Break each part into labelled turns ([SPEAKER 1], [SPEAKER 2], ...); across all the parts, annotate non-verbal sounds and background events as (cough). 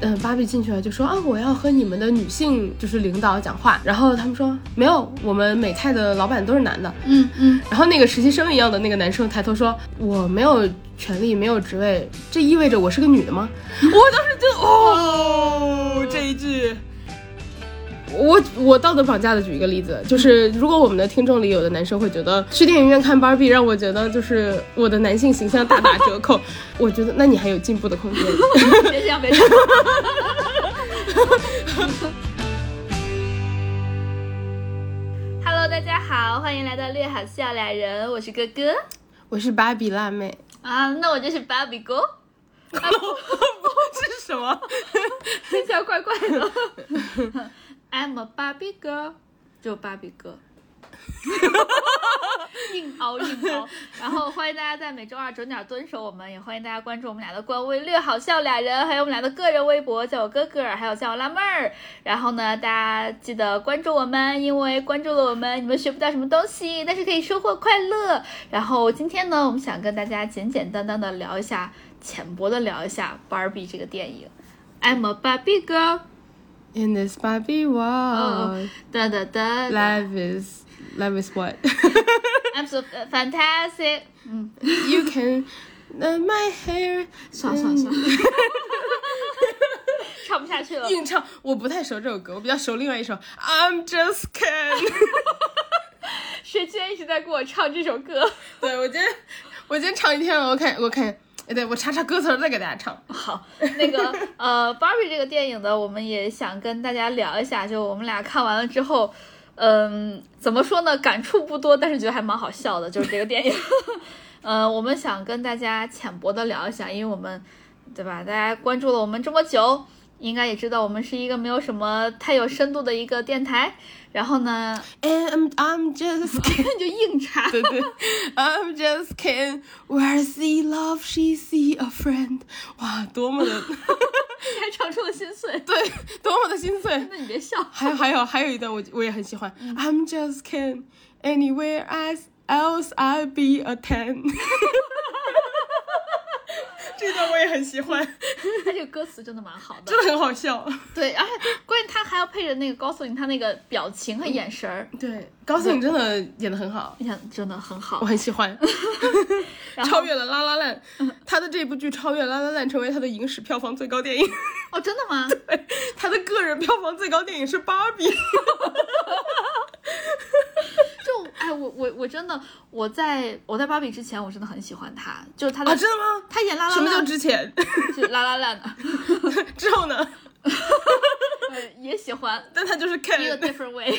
[SPEAKER 1] 嗯，芭比进去了就说啊，我要和你们的女性就是领导讲话，然后他们说没有，我们美泰的老板都是男的，
[SPEAKER 2] 嗯嗯，
[SPEAKER 1] 然后那个实习生一样的那个男生抬头说：“我没有权利，没有职位，这意味着我是个女的 (laughs) 吗？”我当时就哦，这一句。我我道德绑架的举一个例子，就是如果我们的听众里有的男生会觉得去电影院看芭比让我觉得就是我的男性形象大打折 (laughs) 扣，我觉得那你还有进步的空 (laughs) 间。
[SPEAKER 2] 别这样，别这 (laughs) 样。Hello，大家好，欢迎来到略喊笑俩人，我是哥哥
[SPEAKER 1] 我是芭比辣妹，
[SPEAKER 2] 啊，那我就是芭比哥，
[SPEAKER 1] 这是什么？
[SPEAKER 2] 听起来怪怪的。I'm a Barbie girl，就芭比哥。硬凹硬凹，然后欢迎大家在每周二准点蹲守我们，也欢迎大家关注我们俩的官微“略好笑俩人”，还有我们俩的个人微博，叫我哥哥，还有叫我辣妹儿。然后呢，大家记得关注我们，因为关注了我们，你们学不到什么东西，但是可以收获快乐。然后今天呢，我们想跟大家简简单单的聊一下，浅薄的聊一下《芭比》这个电影。I'm a Barbie girl，
[SPEAKER 1] In this Barbie
[SPEAKER 2] 哦
[SPEAKER 1] world,
[SPEAKER 2] 哒哒哒哒
[SPEAKER 1] life is life is what
[SPEAKER 2] ，I'm so fantastic。嗯，
[SPEAKER 1] (laughs) you can. Uh, my hair，
[SPEAKER 2] 算了算了算了，唱不下去 (laughs) 了。
[SPEAKER 1] 硬唱我不太熟这首歌，我比较熟另外一首 I'm Just Ken。
[SPEAKER 2] 谁今天一直在给我唱这首 (laughs) 歌？
[SPEAKER 1] (laughs) 对我今天我今天唱一天了，我看我看，哎对我查查歌词儿再给大家唱。
[SPEAKER 2] 好，那个呃，《Barbie》这个电影呢，我们也想跟大家聊一下，就我们俩看完了之后，嗯，怎么说呢？感触不多，但是觉得还蛮好笑的，就是这个电影。 (laughs) 呃，我们想跟大家浅薄的聊一下，因为我们，对吧？大家关注了我们这么久，应该也知道我们是一个没有什么太有深度的一个电台。然后呢，
[SPEAKER 1] I'm I'm just Ken，
[SPEAKER 2] (laughs)
[SPEAKER 1] (laughs)
[SPEAKER 2] 就硬插。
[SPEAKER 1] 对对，I'm just Ken，where see love she see a friend，哇，多么的。
[SPEAKER 2] 还唱出了心碎
[SPEAKER 1] 对，多么的心碎。
[SPEAKER 2] 那你别笑，
[SPEAKER 1] 还 (laughs) 有还有还有一段我我也很喜欢、i m just can anywhere as else I be a ten 。 (laughs) 这段我也很喜欢，
[SPEAKER 2] 他这个歌词真的蛮好
[SPEAKER 1] (laughs)
[SPEAKER 2] 的。
[SPEAKER 1] 真的很好笑。
[SPEAKER 2] 对，而且关键他还要配着那个高诉你他那个表情和眼神儿，
[SPEAKER 1] 对，高兴真的演的很好，
[SPEAKER 2] 哎呀，真的很
[SPEAKER 1] 我
[SPEAKER 2] 好。
[SPEAKER 1] 很喜 (laughs) 欢，
[SPEAKER 2] 然后
[SPEAKER 1] 超越了《拉拉烂》，他的这部剧超越《拉拉烂》，成为他的影史票房最高电影。
[SPEAKER 2] 哦，真的吗？
[SPEAKER 1] 他的个人票房最高电影是《芭比》。
[SPEAKER 2] 就哎，我我我真的我在我在芭比之前，我真的很喜欢他，就是他的、
[SPEAKER 1] 啊，真的吗？
[SPEAKER 2] 他演拉拉
[SPEAKER 1] 什么叫
[SPEAKER 2] 烂，
[SPEAKER 1] 之前？
[SPEAKER 2] 就是拉拉烂的，
[SPEAKER 1] 之后呢？
[SPEAKER 2] (laughs) 呃也喜欢
[SPEAKER 1] 但他就是
[SPEAKER 2] 一个
[SPEAKER 1] can，
[SPEAKER 2] different way。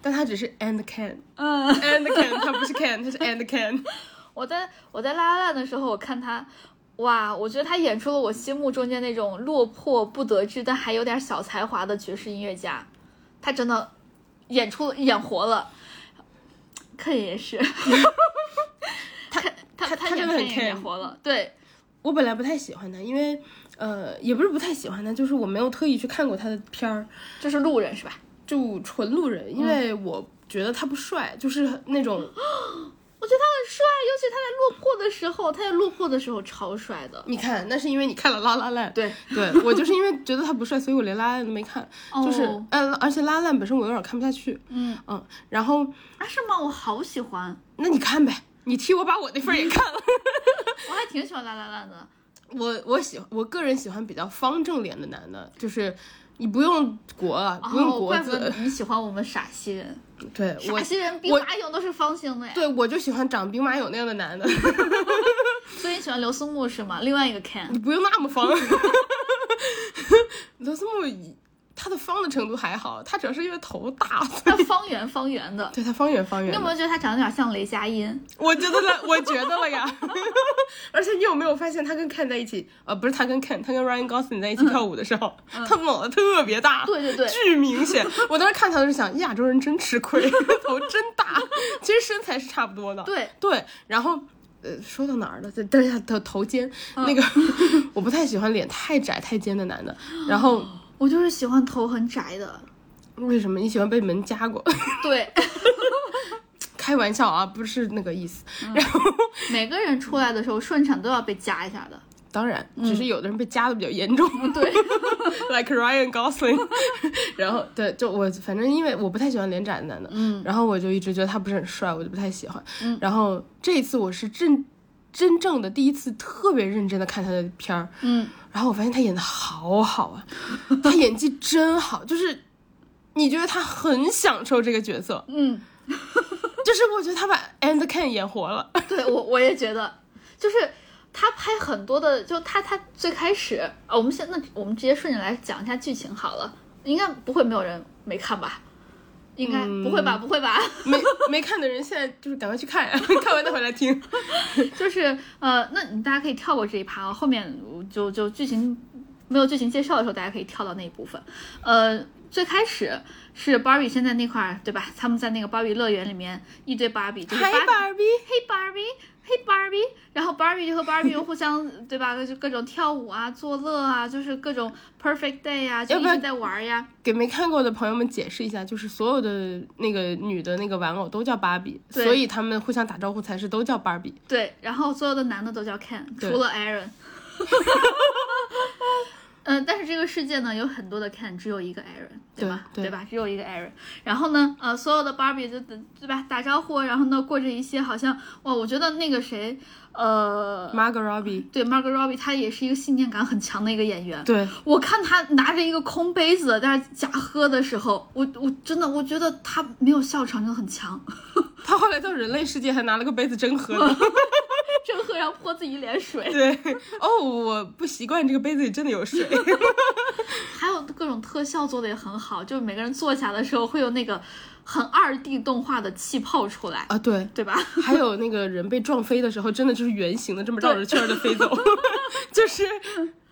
[SPEAKER 1] 但他只是 and can。
[SPEAKER 2] 嗯，
[SPEAKER 1] and can，他不是 can，他是 and can。
[SPEAKER 2] 我在我在拉拉烂的时候，我看他，哇，我觉得他演出了我心目中间那种落魄不得志，但还有点小才华的爵士音乐家，他真的演出演活了。K 也是，嗯 (laughs) 他他
[SPEAKER 1] 他
[SPEAKER 2] 演
[SPEAKER 1] 真的很
[SPEAKER 2] Ken 也
[SPEAKER 1] Ken
[SPEAKER 2] 演活了，对，
[SPEAKER 1] 我本来不太喜欢他，因为呃，也不是不太喜欢他，就是我没有特意去看过他的片儿，
[SPEAKER 2] 就是路人是吧？
[SPEAKER 1] 就纯路人，因为我觉得他不帅，就是那种
[SPEAKER 2] 我觉得他很帅，尤其他在落魄的时候，他在落魄的时候超帅的。
[SPEAKER 1] 你看，那是因为你看了《拉拉烂》。
[SPEAKER 2] 对，
[SPEAKER 1] 对我就是因为觉得他不帅，所以我连《拉拉烂》都没看，就是
[SPEAKER 2] 哦
[SPEAKER 1] 嗯、而且《拉拉烂》本身我有点看不下去，
[SPEAKER 2] 嗯
[SPEAKER 1] 嗯，然后
[SPEAKER 2] 啊，是吗？我好喜欢，
[SPEAKER 1] 那你看呗，你替我把我那份儿也看了。
[SPEAKER 2] 我还挺喜欢拉拉烂的。
[SPEAKER 1] 我我喜我个人喜欢比较方正脸的男的，就是你不用国啊，不用
[SPEAKER 2] 哦
[SPEAKER 1] 国
[SPEAKER 2] 怪不
[SPEAKER 1] 字
[SPEAKER 2] 得，你喜欢我们陕西人。
[SPEAKER 1] 对我
[SPEAKER 2] 陕西人兵
[SPEAKER 1] 我
[SPEAKER 2] 马俑都是方形的呀。
[SPEAKER 1] 对我就喜欢长兵马俑那样的男的， (laughs)
[SPEAKER 2] 所以你喜欢刘思慕是吗？另外一个 (laughs) Ken，
[SPEAKER 1] 你不用那么方。 (laughs) 罗斯木他的方的程度还好，他主要是因为头大， (laughs)
[SPEAKER 2] 他方圆方圆的。
[SPEAKER 1] 对他方圆方圆
[SPEAKER 2] 你有没
[SPEAKER 1] 的。
[SPEAKER 2] 有觉得他长得有点像雷佳音？
[SPEAKER 1] 我觉得了，我觉得了呀。 (laughs) 而且你有没有发现他跟 Ken 在一起？呃，不是他跟 Ken，他跟 Ryan Gosling 在一起跳舞的时候，他脑袋特别大。
[SPEAKER 2] 对对对
[SPEAKER 1] 巨明显。我当时看他就是想，亚洲人真吃亏， (laughs) 头真大。其实身材是差不多的。
[SPEAKER 2] 对，
[SPEAKER 1] 对，然后。呃，说到哪儿了？对，但是他的头尖，那个 (laughs) 我不太喜欢脸太窄太尖的男的。然后
[SPEAKER 2] 我就是喜欢头很窄的。
[SPEAKER 1] 为什么你喜欢被门夹过？ (laughs)
[SPEAKER 2] (laughs) 对，
[SPEAKER 1] 开玩笑啊，不是那个意思。然后
[SPEAKER 2] 每个人出来的时候顺产都要被夹一下的。
[SPEAKER 1] 当然，只是有的人被夹的比较严重，对 (laughs) ，like Ryan Gosling，然 (laughs) 后对，就我反正因为我不太喜欢脸窄的男的，嗯，然后我就一直觉得他不是很帅，我就不太喜欢，嗯，然后这一次我是真真正的第一次特别认真的看他的片儿，
[SPEAKER 2] 嗯，
[SPEAKER 1] 然后我发现他演的好好啊，他演技真好，就是你觉得他很享受这个角色，
[SPEAKER 2] 嗯，
[SPEAKER 1] (laughs) 就是我觉得他把 And Ken 演活了，
[SPEAKER 2] (laughs) 对我我也觉得，就是他拍很多的，就他他最开始啊，我们现在我们直接顺着来讲一下剧情好了，应该不会没有人没看吧？应该、不会吧？不会吧？
[SPEAKER 1] 没没看的人现在就是赶快去看， (laughs) 看完再回来听。
[SPEAKER 2] 就是呃，那你大家可以跳过这一趴啊，后面我就就剧情没有剧情介绍的时候，大家可以跳到那一部分。呃，最开始是 Barbie 先在那块儿，对吧？他们在那个 Barbie 乐园里面一堆 Barbie，就是 b a r b
[SPEAKER 1] Barbie，
[SPEAKER 2] 嘿 Barbie，嘿 Barbie，然后 Barbie 和 Barbie 又互相对吧，就各种跳舞啊、作乐啊，就是各种 Perfect Day 啊，就
[SPEAKER 1] 要
[SPEAKER 2] 一
[SPEAKER 1] 不要
[SPEAKER 2] 直在玩儿呀。
[SPEAKER 1] 给没看过的朋友们解释一下，就是所有的那个女的那个玩偶都叫芭比，
[SPEAKER 2] 对
[SPEAKER 1] 所以他们互相打招呼才是都叫芭比。
[SPEAKER 2] 对，然后所有的男的都叫 Ken，
[SPEAKER 1] 对
[SPEAKER 2] 除了 Aaron。嗯，但是这个世界呢，有很多的 Ken，只有一个 Aaron，对吧？
[SPEAKER 1] 对对
[SPEAKER 2] 吧？只有一个 Aaron。然后呢，呃，所有的 Barbie 就对吧打招呼，啊然后呢过着一些好像哇，我觉得那个谁，呃，
[SPEAKER 1] Margot Robbie，
[SPEAKER 2] 对 Margot Robbie，她也是一个信念感很强的一个演员。
[SPEAKER 1] 对，
[SPEAKER 2] 我看他拿着一个空杯子在那儿假喝的时候，我我真的我觉得他没有笑场就很强，
[SPEAKER 1] (laughs)
[SPEAKER 2] (laughs)
[SPEAKER 1] 她后来到人类世界还拿了个杯子真喝呢。
[SPEAKER 2] (laughs) 真喝然后泼自己一脸水，
[SPEAKER 1] 对，哦，我不习惯这个杯子里真的有水。
[SPEAKER 2] 还有各种特效做的也很好，就是每个人坐下的时候会有那个很二 D 动画的气泡出
[SPEAKER 1] (laughs)
[SPEAKER 2] 来，
[SPEAKER 1] 啊，对，
[SPEAKER 2] 对吧？
[SPEAKER 1] (laughs) 还有那个人被撞飞的时候，真的就是圆形的这么绕着圈的飞走， (laughs) 就是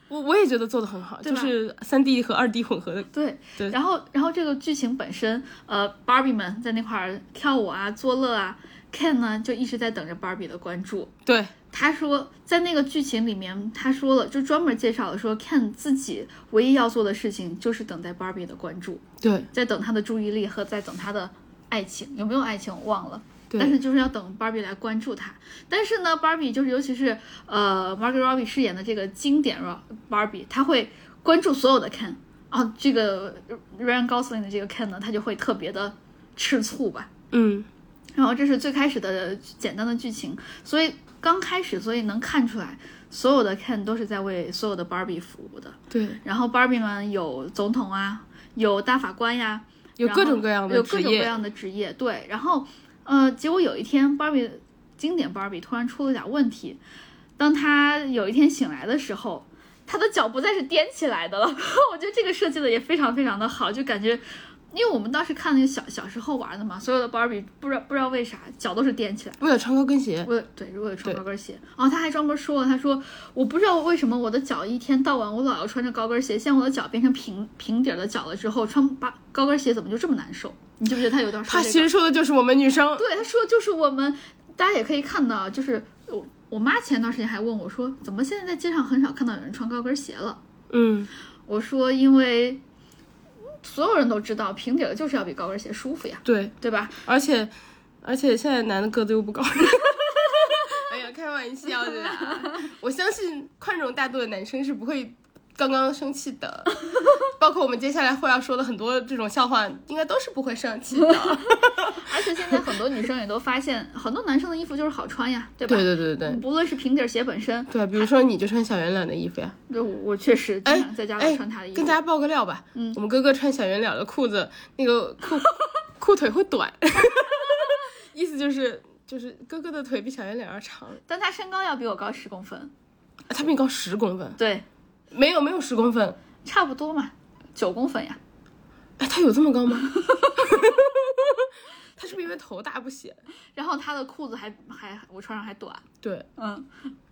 [SPEAKER 1] 我我也觉得做的很好，
[SPEAKER 2] 对
[SPEAKER 1] 就
[SPEAKER 2] 吧
[SPEAKER 1] 是三 D 和二 D 混合的。
[SPEAKER 2] 对，
[SPEAKER 1] 对
[SPEAKER 2] 然后然后这个剧情本身，呃，Barbie 们在那块儿跳舞啊、作乐啊，Ken 呢就一直在等着 Barbie 的关注，
[SPEAKER 1] 对，
[SPEAKER 2] 他说，在那个剧情里面，他说了，就专门介绍了说，Ken 自己唯一要做的事情就是等待 Barbie 的关注，
[SPEAKER 1] 对，
[SPEAKER 2] 在等他的注意力和在等他的爱情，有没有爱情我忘了，
[SPEAKER 1] 对
[SPEAKER 2] 但是就是要等 Barbie 来关注他。但是呢，Barbie 就是尤其是呃 Margot Robbie 饰演的这个经典 Ro- Barbie，他会关注所有的 Ken 啊，这个 Ryan Gosling 的这个 Ken 呢，他就会特别的吃醋吧，
[SPEAKER 1] 嗯。
[SPEAKER 2] 然后这是最开始的简单的剧情，所以刚开始，所以能看出来，所有的 Ken 都是在为所有的 Barbie 服务的。
[SPEAKER 1] 对，
[SPEAKER 2] 然后 Barbie 们有总统啊，有大法官呀、
[SPEAKER 1] 有
[SPEAKER 2] 然
[SPEAKER 1] 各
[SPEAKER 2] 后
[SPEAKER 1] 种各样的
[SPEAKER 2] 有
[SPEAKER 1] 职
[SPEAKER 2] 各种各
[SPEAKER 1] 业。
[SPEAKER 2] 样的职业。对，然后呃，结果有一天，Barbie 经典 Barbie 突然出了点问题，当她有一天醒来的时候。她的脚不再是踮起来的了， (laughs) 我觉得这个设计的也非常非常的好，就感觉，因为我们当时看那个小小时候玩的嘛，所有的 Barbie 不知道不知道为啥脚都是踮起来的。
[SPEAKER 1] 为了穿高跟鞋，
[SPEAKER 2] 我对，如果有穿高跟鞋，然后他还专门说了，他说我不知道为什么我的脚一天到晚我老要穿着高跟鞋，现在我的脚变成平平底儿的脚了之后，穿把高跟鞋怎么就这么难受？你觉不觉得他有点说
[SPEAKER 1] 他
[SPEAKER 2] 这
[SPEAKER 1] 其
[SPEAKER 2] 个？
[SPEAKER 1] 实说的就是我们女生。
[SPEAKER 2] 对，他说就是我们，大家也可以看到，就是我我妈前段时间还问我说，怎么现在在街上很少看到有人穿高跟鞋了？
[SPEAKER 1] 嗯，
[SPEAKER 2] 我说因为嗯所有人都知道平底儿的就是要比高跟鞋舒服呀，
[SPEAKER 1] 对，
[SPEAKER 2] 对吧？
[SPEAKER 1] 而且而且现在男的个子又不高。 (laughs) 哎呀，开玩笑的啦！我相信宽容大度的男生是不会刚刚生气的，包括我们接下来会要说的很多这种笑话，应该都是不会生气的。
[SPEAKER 2] 而且现在很多女生也都发现，很多男生的衣服就是好穿呀，对
[SPEAKER 1] (laughs)
[SPEAKER 2] 吧？
[SPEAKER 1] 对对对对对
[SPEAKER 2] 嗯不论是平底儿鞋本身，
[SPEAKER 1] 对，啊比如说你就穿小圆脸的衣服呀，
[SPEAKER 2] 就我我确实经常嗯在家里穿他的衣服，
[SPEAKER 1] 哎跟大家爆个料吧，嗯，我们哥哥穿小圆脸的裤子，那个
[SPEAKER 2] (laughs)
[SPEAKER 1] 裤裤腿会短， (laughs) 意思就是就是哥哥的腿比小圆脸要长，哎
[SPEAKER 2] 但他身高要比我高十公分，
[SPEAKER 1] 他比你高十公分，
[SPEAKER 2] 对，
[SPEAKER 1] 没有没有十公分，
[SPEAKER 2] 差不多嘛，九公分呀。
[SPEAKER 1] 哎，他有这么高吗？ (laughs) 他是不是因为头大不显？
[SPEAKER 2] 然后他的裤子还还我穿上还短，
[SPEAKER 1] 对，
[SPEAKER 2] 嗯，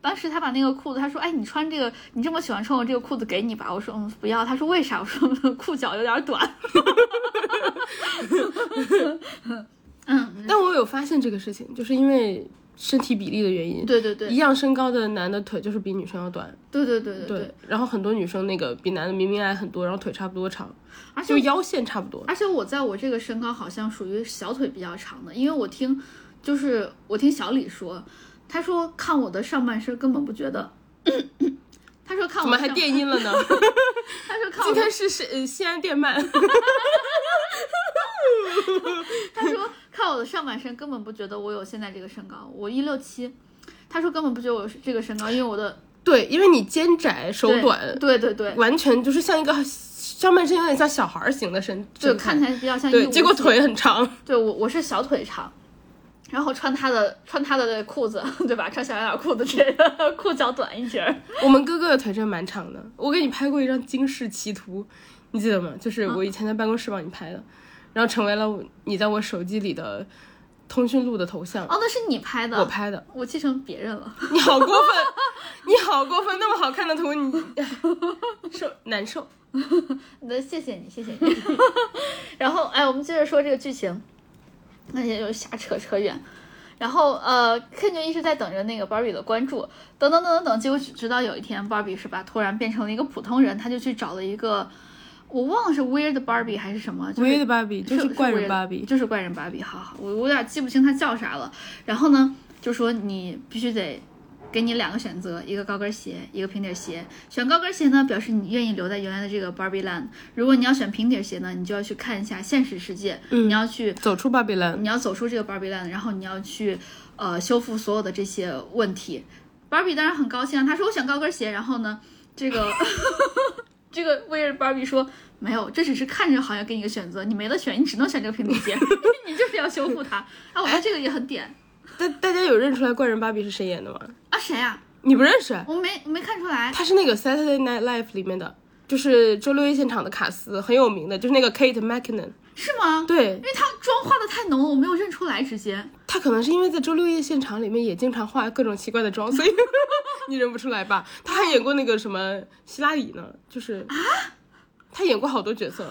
[SPEAKER 2] 当时他把那个裤子，他说：“哎，你穿这个，你这么喜欢穿我这个裤子，给你吧。”我说：“嗯，不要。”他说：“为啥？”我说：“ (laughs) 裤脚有点短。嗯”嗯，
[SPEAKER 1] 但我有发现这个事情，就是因为身体比例的原因，
[SPEAKER 2] 对对
[SPEAKER 1] 一
[SPEAKER 2] 对
[SPEAKER 1] 样身高的男的腿就是比女生要短，
[SPEAKER 2] 对对对对对，
[SPEAKER 1] 然后很多女生那个比男的明明矮很多，然后腿差不多长，
[SPEAKER 2] 而且
[SPEAKER 1] 就腰线差不多，
[SPEAKER 2] 而且我在我这个身高好像属于小腿比较长的，因为我听就是我听小李说，他说看我的上半身根本不觉得，看我
[SPEAKER 1] 怎么还
[SPEAKER 2] 上
[SPEAKER 1] 电音了 (laughs) 呢？
[SPEAKER 2] 他说
[SPEAKER 1] 今
[SPEAKER 2] 看我上
[SPEAKER 1] 天是是呃西安电鳗，
[SPEAKER 2] 他说看我的上半身根本不觉得我有现在这个身高，我一六七，他说根本不觉得我有这个身高，因为我的
[SPEAKER 1] (laughs) 对，因为你肩窄 (laughs) 手
[SPEAKER 2] 对
[SPEAKER 1] 短，
[SPEAKER 2] 对对对，
[SPEAKER 1] 完全就是像一个上半身有点像小孩儿型的身，
[SPEAKER 2] 就
[SPEAKER 1] 身材
[SPEAKER 2] 看起来比较像一
[SPEAKER 1] 对，
[SPEAKER 2] 五
[SPEAKER 1] 结果
[SPEAKER 2] 几
[SPEAKER 1] 腿很长，
[SPEAKER 2] 对我我是小腿长，然后穿他的穿他的裤子， (laughs) 对吧？穿小羊角裤子之类的，裤脚短一截儿。
[SPEAKER 1] 我们哥哥的腿真蛮长的，我给你拍过一张惊世奇图，你记得吗？就是我以前在办公室帮你拍的，然后成为了我你在我手机里的通讯录的头像，
[SPEAKER 2] 哦，那是你拍的，
[SPEAKER 1] 我，拍的。
[SPEAKER 2] 我记成别人了。
[SPEAKER 1] 你好过分，你好过分，那么好看的图你 (laughs) 受难受。
[SPEAKER 2] (laughs) 那谢谢你， (laughs) 谢谢你。然后，哎，我们接着说这个剧情，那也就瞎扯扯远。然后，呃，Ken 就一直在等着那个 Barbie 的关注，等等等等等，结果直直到有一天，Barbie 是吧，突然变成了一个普通人，他就去找了一个，我忘了是 Weird Barbie 还是什么，就是
[SPEAKER 1] Weird Barbie 就是怪人 Barbie，
[SPEAKER 2] (laughs) 就是怪人芭比。好好，我我有点记不清他叫啥了。然后呢，就说你必须得给你两个选择，一个高跟鞋，一个平底鞋。选高跟鞋呢，表示你愿意留在原来的这个 Barbie Land；如果你要选平底鞋呢，你就要去看一下现实世界，
[SPEAKER 1] 嗯
[SPEAKER 2] 你要去
[SPEAKER 1] 走出 Barbie land，
[SPEAKER 2] 你要走出这个 Barbie Land，然后你要去呃修复所有的这些问题。Barbie 当然很高兴啊，他说我选高跟鞋，然后呢，这个 (laughs) 这个威尔 Barbie 说没有，这只是看着好像给你一个选择，你没得选，你只能选这个平底鞋，你就是要修复它。啊，我觉得这个也很点
[SPEAKER 1] 大大家有认出来怪人 Barbie 是谁演的吗？
[SPEAKER 2] 啊，谁啊？
[SPEAKER 1] 你不认识？
[SPEAKER 2] 我没我没看出来。
[SPEAKER 1] 他是那个 Saturday Night Live 里面的，就是周六夜现场的卡斯，很有名的，就是那个 Kate McKinnon。
[SPEAKER 2] 是吗？，
[SPEAKER 1] 对
[SPEAKER 2] 因，为他妆化的太浓了，我没有认出来，直接。
[SPEAKER 1] 他可能是因为在周六夜现场里面也经常化各种奇怪的妆，所以 (laughs) 你认不出来吧？他还演过那个什么希拉里呢，就是啊，他演过好多角色，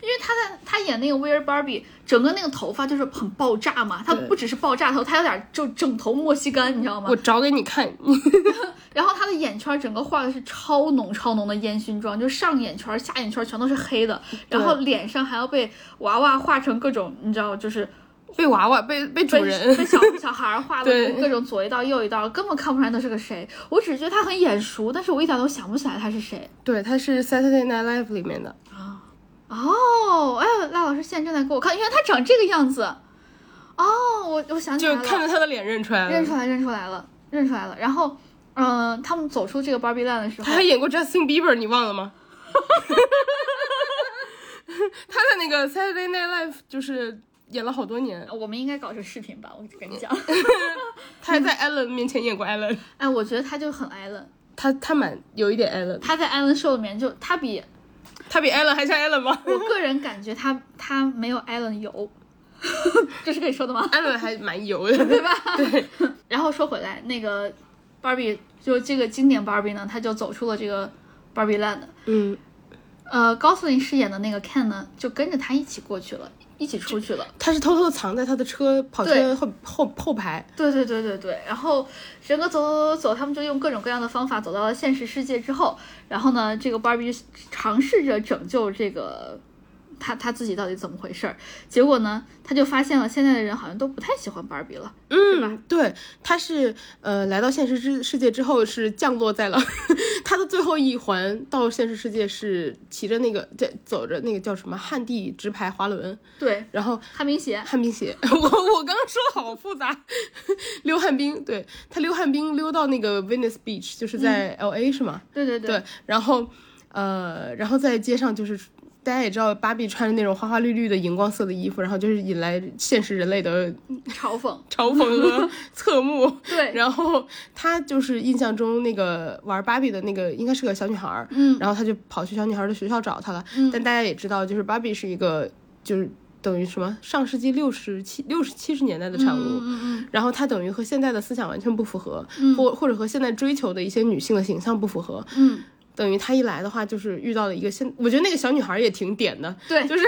[SPEAKER 2] 因为他在他演那个威尔芭比，整个那个头发就是很爆炸嘛，他
[SPEAKER 1] 对
[SPEAKER 2] 不只是爆炸头，他有点就整头莫西干，你知道吗
[SPEAKER 1] 我？找给你看。你
[SPEAKER 2] 然后他的眼圈整个画的是超浓超浓的烟熏妆，就上眼圈、下眼圈全都是黑的，然后脸上还要被娃娃画成各种，你知道，就是
[SPEAKER 1] 被娃娃被被主
[SPEAKER 2] 被 (laughs)
[SPEAKER 1] 人
[SPEAKER 2] 被小小孩儿画的
[SPEAKER 1] (laughs) 对
[SPEAKER 2] 各种左一道右一道，根本看不出来那是个谁。我只是觉得他很眼熟，但是我一点都想不起来他是谁。
[SPEAKER 1] 对，他是 Saturday Night Live 里面的，
[SPEAKER 2] 哦，哎，赖老师现在正在给我看，原来他长这个样子。哦，我我想起
[SPEAKER 1] 就
[SPEAKER 2] 来了，
[SPEAKER 1] 看着他的脸认出来了。
[SPEAKER 2] 认出来，认出来了，认出来了。然后，嗯、他们走出这个 Barbie Land 的时候
[SPEAKER 1] 他，还演过 Justin Bieber，你忘了吗？ (laughs) 他在那个 Saturday Night Live 就是演了好多年，
[SPEAKER 2] 我们应该搞成视频吧？我跟你讲，
[SPEAKER 1] 他还在 Ellen 面前演过 Ellen，
[SPEAKER 2] 哎，我觉得他就很 Allen，
[SPEAKER 1] 他他蛮有一点 Ellen，
[SPEAKER 2] 他在 Allen Show 里面就他比
[SPEAKER 1] 他比 Ellen 还像 Ellen 吗
[SPEAKER 2] 我个人感觉他他没有 Allen 油， (laughs) 这是可以说的吗？ (laughs)
[SPEAKER 1] ？Ellen 还蛮油的，
[SPEAKER 2] 对吧？对。然后说回来，那个 Barbie 就这个经典 Barbie 呢，他就走出了这个 Barbie Land，
[SPEAKER 1] 嗯，
[SPEAKER 2] 呃，高司令饰演的那个 Ken 呢，就跟着他一起过去了，一起出去了。
[SPEAKER 1] 他是偷偷的藏在他的车跑
[SPEAKER 2] 对
[SPEAKER 1] 车后后后排，
[SPEAKER 2] 对对对对对，然后整个走走走走，他们就用各种各样的方法走到了现实世界之后，然后呢，这个 Barbie 尝试着拯救这个他他自己到底怎么回事儿，结果呢，他就发现了现在的人好像都不太喜欢 Barbie 了，
[SPEAKER 1] 嗯，对，他是呃来到现实之世界之后是降落在了 (laughs) 他的最后一环到现实世界是骑着那个在走着那个叫什么旱地直排滑轮，
[SPEAKER 2] 对，
[SPEAKER 1] 然后
[SPEAKER 2] 旱冰鞋，
[SPEAKER 1] 旱冰鞋， (laughs) 我我刚刚说的好复杂， (laughs) 溜旱冰，对他溜旱冰溜到那个 Venice Beach，就是在 L A、是吗？
[SPEAKER 2] 对对对
[SPEAKER 1] 对，然后呃，然后在街上就是大家也知道，芭比穿着那种花花绿绿的荧光色的衣服，然后就是引来现实人类的 (laughs)
[SPEAKER 2] 嘲讽，
[SPEAKER 1] 嘲讽和侧目。
[SPEAKER 2] 对
[SPEAKER 1] 然后她就是印象中那个玩芭比的那个应该是个小女孩，嗯，然后她就跑去小女孩的学校找她了。
[SPEAKER 2] 嗯
[SPEAKER 1] 但大家也知道，就是芭比是一个就是等于什么上世纪六十七六十七十年代的产物，
[SPEAKER 2] 嗯嗯
[SPEAKER 1] 然后她等于和现在的思想完全不符合，或或者和现在追求的一些女性的形象不符合。
[SPEAKER 2] 嗯，
[SPEAKER 1] 等于她一来的话，就是遇到了一个现，我觉得那个小女孩也挺点的，
[SPEAKER 2] 对
[SPEAKER 1] 就是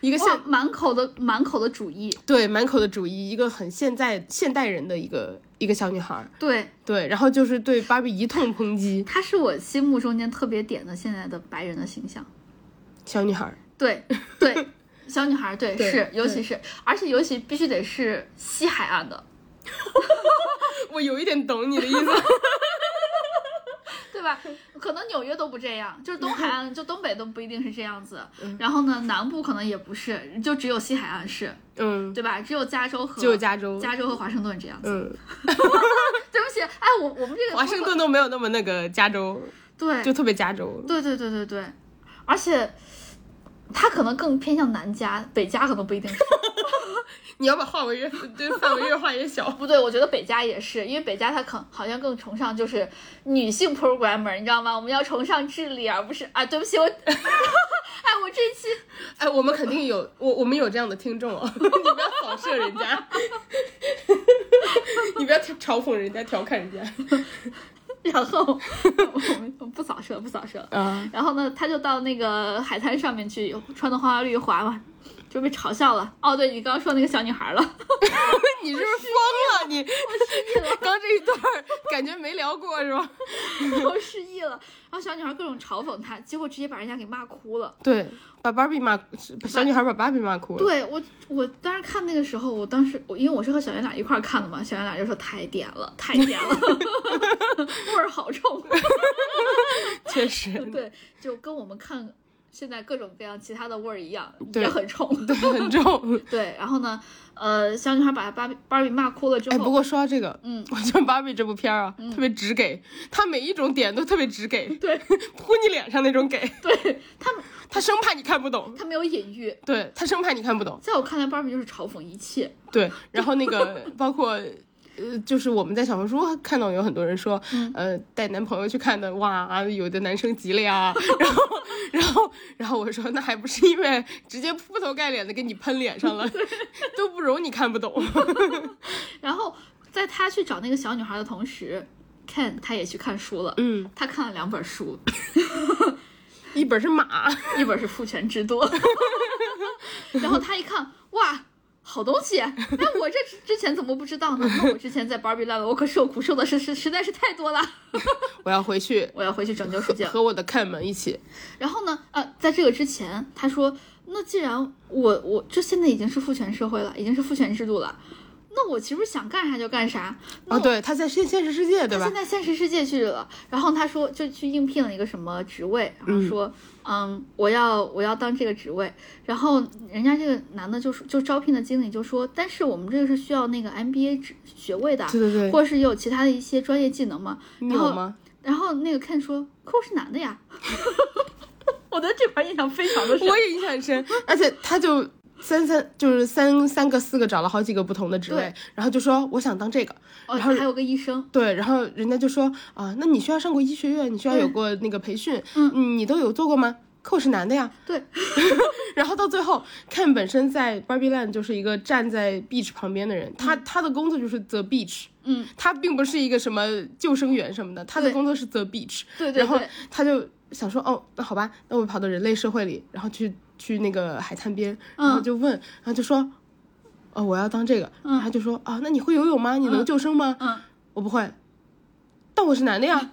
[SPEAKER 1] 一个现
[SPEAKER 2] 哇，满口的满口的主义，
[SPEAKER 1] 对满口的主义，一个很现在现代人的一个一个小女孩。
[SPEAKER 2] 对，
[SPEAKER 1] 对，然后就是对芭比一通抨击，
[SPEAKER 2] 他是我心目中间特别点的现在的白人的形象。
[SPEAKER 1] 小女孩儿，
[SPEAKER 2] 对
[SPEAKER 1] (laughs)
[SPEAKER 2] 对，小女孩儿对
[SPEAKER 1] 对
[SPEAKER 2] 是，尤
[SPEAKER 1] 对
[SPEAKER 2] 其是而且尤其必须得是西海岸的，
[SPEAKER 1] 我有一点懂你的意思。
[SPEAKER 2] 对吧？可能纽约都不这样，就是东海岸，就东北都不一定是这样子。
[SPEAKER 1] 嗯
[SPEAKER 2] 然后呢，南部可能也不是，就只有西海岸是，
[SPEAKER 1] (laughs) 嗯，
[SPEAKER 2] 对吧？只有加州和
[SPEAKER 1] 只有加州，
[SPEAKER 2] 加州和华盛顿这样子。
[SPEAKER 1] 嗯，
[SPEAKER 2] 对不起，哎，我我们这个
[SPEAKER 1] 华盛顿都没有那么那个加州，
[SPEAKER 2] 对
[SPEAKER 1] 就特别加州。
[SPEAKER 2] 对对对对对，而且它可能更偏向南加，北加可能不一
[SPEAKER 1] (laughs)
[SPEAKER 2] 定是。
[SPEAKER 1] 你要把范围越对范围越画越小。
[SPEAKER 2] 不对，我觉得北加也是，因为北加它可好像更崇尚就是女性 programmer，你知道吗？我们要崇尚智力，而不是啊，对不起我， (laughs) 哎，我这一期
[SPEAKER 1] (laughs) 哎，我们肯定有我我们有这样的听众哦， (laughs) 你不要扫射人 (laughs) 家，你不要嘲讽人家、调侃人家
[SPEAKER 2] 然后我们不扫射，不扫射。
[SPEAKER 1] 啊。 (laughs)
[SPEAKER 2] 然后呢，他就到那个海滩上面去，穿的花花绿绿滑嘛，就被嘲笑了。哦，对你刚刚说那个小女孩了， (laughs)
[SPEAKER 1] 你是不是疯了？你 (laughs) 刚这一段儿感觉没聊过是吧？
[SPEAKER 2] 我失忆了。然后小女孩各种嘲讽他，结果直接把人家给骂哭了。
[SPEAKER 1] 对，把芭比骂，小女孩把芭比骂哭了。
[SPEAKER 2] 对我，我当时看那个时候，我当时我因为我是和小圆脸一块儿看的嘛，小圆脸就说太点了，太点了， (laughs) 味儿好重。
[SPEAKER 1] 确实，
[SPEAKER 2] 对，就跟我们看现在各种各样其他的味儿一样，
[SPEAKER 1] 对
[SPEAKER 2] 也很重。
[SPEAKER 1] 对，很重。
[SPEAKER 2] 对，然后呢，呃，小女孩把芭比芭比骂哭了之
[SPEAKER 1] 哎，
[SPEAKER 2] 后，
[SPEAKER 1] 不过说到这个，
[SPEAKER 2] 嗯，
[SPEAKER 1] (laughs) 我觉得《芭比》这部片儿啊，特别直给，他每一种点都特别直给，
[SPEAKER 2] (laughs) 对
[SPEAKER 1] 扑你脸上那种给，
[SPEAKER 2] (laughs) 对，
[SPEAKER 1] (laughs)
[SPEAKER 2] 她
[SPEAKER 1] 他生怕你看不懂，
[SPEAKER 2] 她没有隐喻，
[SPEAKER 1] 对他生怕你看不懂，
[SPEAKER 2] 在我看来，芭比就是嘲讽一切。 (laughs)
[SPEAKER 1] 对。然后那个包括呃，就是我们在小红书看到有很多人说，
[SPEAKER 2] 嗯
[SPEAKER 1] 呃，带男朋友去看的，哇，有的男生急了呀， (laughs) 然
[SPEAKER 2] (laughs)
[SPEAKER 1] 后然后然后我说那还不是因为直接铺头盖脸的给你喷脸上了，都不容你看不懂， (laughs)
[SPEAKER 2] 然后在她去找那个小女孩的同时，Ken 他也去看书了，
[SPEAKER 1] 嗯，
[SPEAKER 2] 他看了两本书，
[SPEAKER 1] 一本是马， (laughs)
[SPEAKER 2] 一本是《父权之多》， (laughs) 然后他一看，哇，好东西！ (laughs) 哎，我这之之前怎么不知道呢？那我之前在 Barbie Land 我可受苦受的是是实在是太多了，
[SPEAKER 1] 我要回去
[SPEAKER 2] 我要回去拯救世界。
[SPEAKER 1] 和我的看们一起，
[SPEAKER 2] 然后呢，呃，在这个之前，他说，那既然我我这现在已经是父权社会了，已经是父权制度了，那我其实想干啥就干啥。那
[SPEAKER 1] 哦，对，他在现现实世界对
[SPEAKER 2] 他
[SPEAKER 1] 吧
[SPEAKER 2] 现？在现实世界去了，然后他说就去应聘了一个什么职位，然后说，嗯，我要我要当这个职位，然后人家这个男的就说就招聘的经理就说，但是我们这个是需要那个 MBA 职学位的，
[SPEAKER 1] 对对对
[SPEAKER 2] 或者是有其他的一些专业技能嘛，
[SPEAKER 1] 你
[SPEAKER 2] 然
[SPEAKER 1] 有
[SPEAKER 2] 后
[SPEAKER 1] 吗？
[SPEAKER 2] 然后那个 Ken 说，可我是男的呀， (laughs) 我对这盘印象非常的深
[SPEAKER 1] 我，也印象很深，而且他就三三就是三三个四个找了好几个不同的职位
[SPEAKER 2] 对，
[SPEAKER 1] 然后就说我想当这个，
[SPEAKER 2] 哦，
[SPEAKER 1] 然后
[SPEAKER 2] 还有个医生，
[SPEAKER 1] 对，然后人家就说啊，那你需要上过医学院，你需要有过那个培训，嗯，你都有做过吗？可我是男的呀，
[SPEAKER 2] 对，
[SPEAKER 1] (laughs) 然后到最后，Ken 本身在 Barbie Land 就是一个站在 beach 旁边的人，他他的工作就是 the beach，
[SPEAKER 2] 嗯，
[SPEAKER 1] 他并不是一个什么救生员什么的，他的
[SPEAKER 2] 对
[SPEAKER 1] 工作是 the beach，
[SPEAKER 2] 对对
[SPEAKER 1] 然后
[SPEAKER 2] 对
[SPEAKER 1] 他就想说，哦，那好吧，那我跑到人类社会里，然后去去那个海滩边，然后
[SPEAKER 2] 嗯
[SPEAKER 1] 就问，然后就说，哦，我要当这个，然后他就说，啊，那你会游泳吗？你能救生吗？
[SPEAKER 2] 嗯，
[SPEAKER 1] 我不会，但我是男的呀，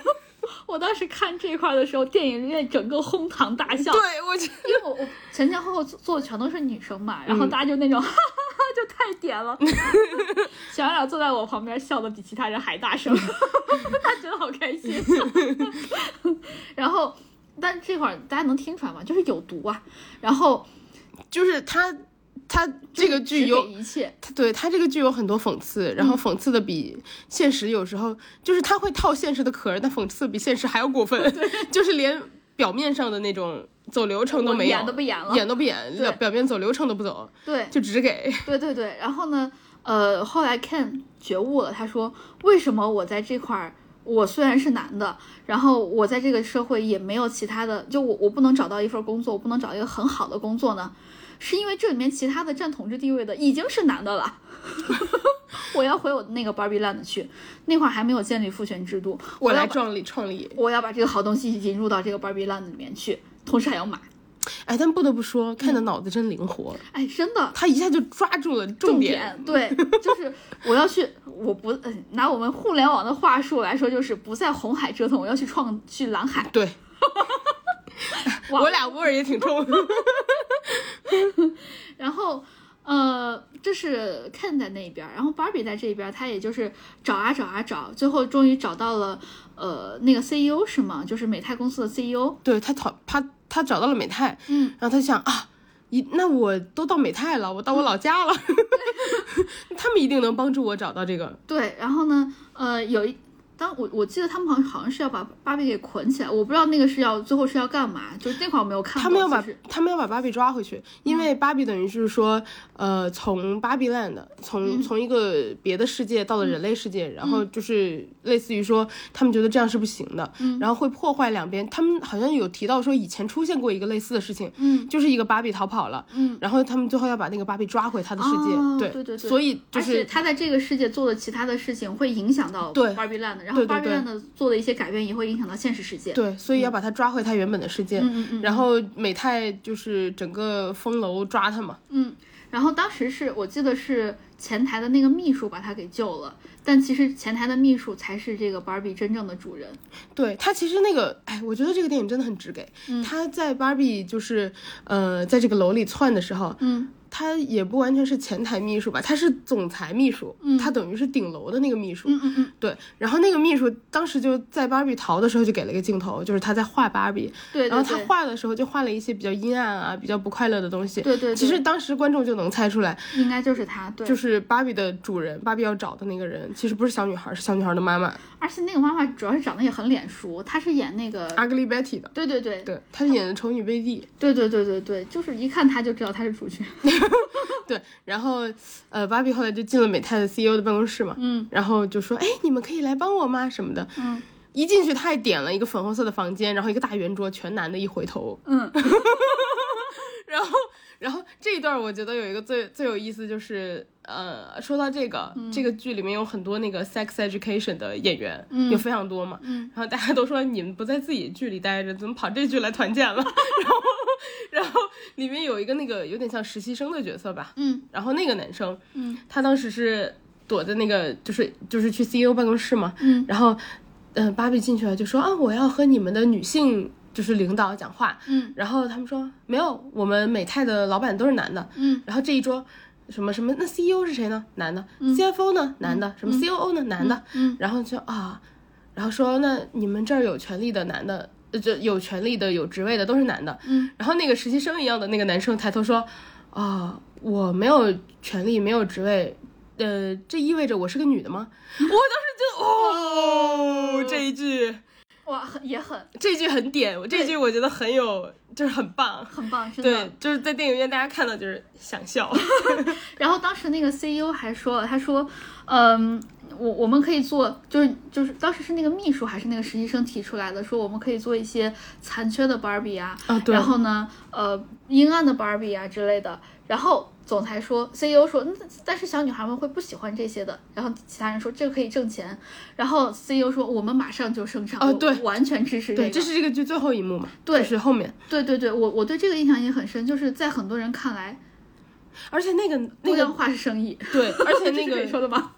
[SPEAKER 1] (laughs)
[SPEAKER 2] 我当时看这块儿的时候，电影院整个哄堂大笑，
[SPEAKER 1] 对我就。
[SPEAKER 2] 因为我我前前后后坐坐的全都是女生嘛，然后
[SPEAKER 1] 嗯
[SPEAKER 2] 大家就那种、哈哈哈，就太点了。 (laughs) 小杨俩坐在我旁边笑的比其他人还大声， (laughs) 他觉得好开心。 (laughs) 然后，但这会儿大家能听出来吗？就是有毒啊。然后
[SPEAKER 1] 就是他他这个剧
[SPEAKER 2] 只
[SPEAKER 1] 有
[SPEAKER 2] 给嗯一切，
[SPEAKER 1] 他对他这个剧有很多讽刺，然后讽刺的比现实有时候就是他会套现实的壳儿，但讽刺比现实还要过分， (laughs) 就是连表面上的那种走流程都没有，
[SPEAKER 2] 演都不演了
[SPEAKER 1] 演都不演，
[SPEAKER 2] 对
[SPEAKER 1] 表面走流程都不走，
[SPEAKER 2] 对
[SPEAKER 1] 就只 (laughs) 给
[SPEAKER 2] 对对对。然后呢，呃，后来 Ken 觉悟了，他说为什么我在这块儿。我虽然是男的，然后我在这个社会也没有其他的，就我我不能找到一份工作，我不能找一个很好的工作呢，是因为这里面其他的占统治地位的已经是男的了。 (laughs) 我要回我那个 Barbie Land 去，那会儿还没有建立父权制度，
[SPEAKER 1] 我
[SPEAKER 2] 要
[SPEAKER 1] 来
[SPEAKER 2] 把
[SPEAKER 1] 创立创立。
[SPEAKER 2] 我要把这个好东西引入到这个 Barbie Land 里面去，同时还要买。
[SPEAKER 1] 哎，但不得不说，看的脑子真灵活，
[SPEAKER 2] 哎，真的，
[SPEAKER 1] 他一下就抓住了重
[SPEAKER 2] 重
[SPEAKER 1] 点。
[SPEAKER 2] 对， (laughs) 就是我要去，我不、呃拿我们互联网的话术来说，就是不在红海折腾，我要去创去蓝海。
[SPEAKER 1] (laughs) 对，
[SPEAKER 2] 哇
[SPEAKER 1] 我俩味儿也挺重。
[SPEAKER 2] 然后，嗯、呃，这是 Ken 在那边儿，然后 Barbie 在这边儿，他也就是找啊找啊找，最后终于找到了，呃，那个 CEO 是吗？就是美泰公司的 E CEO。
[SPEAKER 1] (laughs) 对他讨他他找到了美泰，
[SPEAKER 2] 嗯，
[SPEAKER 1] 然后他想啊，一那我都到美泰了，我到我老家了， (laughs) 他们一定能帮助我找到这个。
[SPEAKER 2] 对，然后呢，呃，有一。当我我记得他们好像好像是要把芭比给捆起来，我不知道那个是要最后是要干嘛，就是那块儿我没有看过。
[SPEAKER 1] 他们要把
[SPEAKER 2] 就是
[SPEAKER 1] 他们要把芭比抓回去，因
[SPEAKER 2] 嗯
[SPEAKER 1] 为芭比等于是说，呃，从芭比 land
[SPEAKER 2] 嗯
[SPEAKER 1] 从从一个别的世界到了人类世界，然后就是类似于说，他们觉得这样是不行的，
[SPEAKER 2] 嗯
[SPEAKER 1] 然后会破坏两边。他们好像有提到说，以前出现过一个类似的事情，
[SPEAKER 2] 嗯
[SPEAKER 1] 就是一个芭比逃跑了，
[SPEAKER 2] 嗯，
[SPEAKER 1] 然后他们最后要把那个芭比抓回他的世界，
[SPEAKER 2] 哦
[SPEAKER 1] 对
[SPEAKER 2] 对对对
[SPEAKER 1] 所以就
[SPEAKER 2] 而且
[SPEAKER 1] 是
[SPEAKER 2] 他在这个世界做的其他的事情会影响到
[SPEAKER 1] 对
[SPEAKER 2] Barbie Land，然后
[SPEAKER 1] 对对
[SPEAKER 2] Barbie
[SPEAKER 1] 对
[SPEAKER 2] Land 做的一些改变也会影响到现实世界。
[SPEAKER 1] 对，所以要把他抓回他原本的世界，
[SPEAKER 2] 嗯嗯嗯
[SPEAKER 1] 然后美泰就是整个风楼抓他嘛，
[SPEAKER 2] 嗯，然后当时是我记得是前台的那个秘书把他给救了，但其实前台的秘书才是这个 Barbie 真正的主人。
[SPEAKER 1] 对他其实那个，哎，我觉得这个电影真的很直给。
[SPEAKER 2] 嗯
[SPEAKER 1] 他在芭比就是呃，在这个楼里窜的时候，
[SPEAKER 2] 嗯
[SPEAKER 1] 他也不完全是前台秘书吧，他是总裁秘书，他等于是顶楼的那个秘书。
[SPEAKER 2] 嗯嗯嗯嗯，
[SPEAKER 1] 对，然后那个秘书当时就在芭比逃的时候就给了一个镜头，就是他在画芭比，
[SPEAKER 2] 对
[SPEAKER 1] 然
[SPEAKER 2] 对
[SPEAKER 1] 后他
[SPEAKER 2] 对，
[SPEAKER 1] 画的时候就画了一些比较阴暗啊、比较不快乐的东西。
[SPEAKER 2] 对对对
[SPEAKER 1] 其实当时观众就能猜出来，
[SPEAKER 2] 应该就是他。对，
[SPEAKER 1] 就是芭比的主人，芭比要找的那个人其实不是小女孩，是小女孩的妈妈
[SPEAKER 2] 而且那个妈妈主要是长得也很脸熟，她是演那个。
[SPEAKER 1] Ugly Betty 的。
[SPEAKER 2] 对对对
[SPEAKER 1] 对，她是演的丑女贝蒂。
[SPEAKER 2] 对对对对对，就是一看她就知道她是主角。 (laughs)
[SPEAKER 1] (laughs) 对，然后呃，芭比后来就进了美泰的 CEO 的办公室嘛，
[SPEAKER 2] 嗯，
[SPEAKER 1] 然后就说，哎，你们可以来帮我吗？什么的，
[SPEAKER 2] 嗯，
[SPEAKER 1] 一进去他还点了一个粉红色的房间，然后一个大圆桌，全男的，一回头，
[SPEAKER 2] 嗯，
[SPEAKER 1] (laughs) 然后然后这一段我觉得有一个最最有意思就是。呃，说到这个，
[SPEAKER 2] 嗯
[SPEAKER 1] 这个剧里面有很多那个 sex education 的演员，有非常多嘛，
[SPEAKER 2] 嗯
[SPEAKER 1] 然后大家都说你们不在自己剧里待着，怎么跑这剧来团建了？ (laughs) 然后，然后里面有一个那个有点像实习生的角色吧，
[SPEAKER 2] 嗯
[SPEAKER 1] 然后那个男生，
[SPEAKER 2] 嗯，
[SPEAKER 1] 他当时是躲在那个就是就是去 CEO 办公室嘛，
[SPEAKER 2] 嗯，
[SPEAKER 1] 然后，嗯、呃，芭比进去了就说啊，我要和你们的女性就是领导讲话，
[SPEAKER 2] 嗯
[SPEAKER 1] 然后他们说没有，我们美泰的老板都是男的，
[SPEAKER 2] 嗯
[SPEAKER 1] 然后这一桌什么什么，那 CEO 是谁呢？男的、c f o 呢？男的，什么 COO 呢？男的，
[SPEAKER 2] 嗯
[SPEAKER 1] 然后就啊，然后说那你们这儿有权利的男的，呃，就有权利的有职位的都是男的。
[SPEAKER 2] 嗯，
[SPEAKER 1] 然后那个实习生一样的那个男生抬头说啊，我没有权利，没有职位。呃，这意味着我是个女的吗？我当时就哦，这一句，
[SPEAKER 2] 哇，很也很
[SPEAKER 1] 这句很点，这句我觉得很有，就是很棒。
[SPEAKER 2] 很棒，真的。
[SPEAKER 1] 对，就是在电影院大家看到就是想笑。
[SPEAKER 2] 然后当时那个 CEO 还说了，他说，嗯，我我们可以做，就是就是当时是那个秘书还是那个实习生提出来的，说我们可以做一些残缺的 Barbie 啊，
[SPEAKER 1] (laughs) 啊对
[SPEAKER 2] 然后呢，呃，阴暗的 Barbie 啊之类的。然后总裁说，CEO 说，嗯但是小女孩们会不喜欢这些的。然后其他人说，这个可以挣钱。然后 CEO 说，我们马上就生产。
[SPEAKER 1] 啊
[SPEAKER 2] 我
[SPEAKER 1] 对
[SPEAKER 2] 我完全支持这
[SPEAKER 1] 对，
[SPEAKER 2] 个。
[SPEAKER 1] 这是这个剧最后一幕嘛？
[SPEAKER 2] 对
[SPEAKER 1] 就是后面，
[SPEAKER 2] 对对对，我我对这个印象也很深，就是在很多人看来，
[SPEAKER 1] 而且那 (laughs) 个那
[SPEAKER 2] 多
[SPEAKER 1] 个
[SPEAKER 2] 样化是生意。
[SPEAKER 1] 对，而且那 (laughs)
[SPEAKER 2] 这是
[SPEAKER 1] 个
[SPEAKER 2] (laughs) 你说的吗？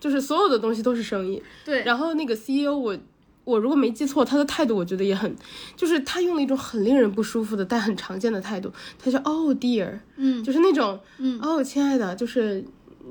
[SPEAKER 1] 就是所有的东西都是生意。
[SPEAKER 2] 对，
[SPEAKER 1] 然后那个 CEO 我。我如果没记错，他的态度我觉得也很，就是他用了一种很令人不舒服的，但很常见的态度。他说：“Oh dear，
[SPEAKER 2] 嗯
[SPEAKER 1] 就是那种，
[SPEAKER 2] 嗯
[SPEAKER 1] 哦，亲爱的，就是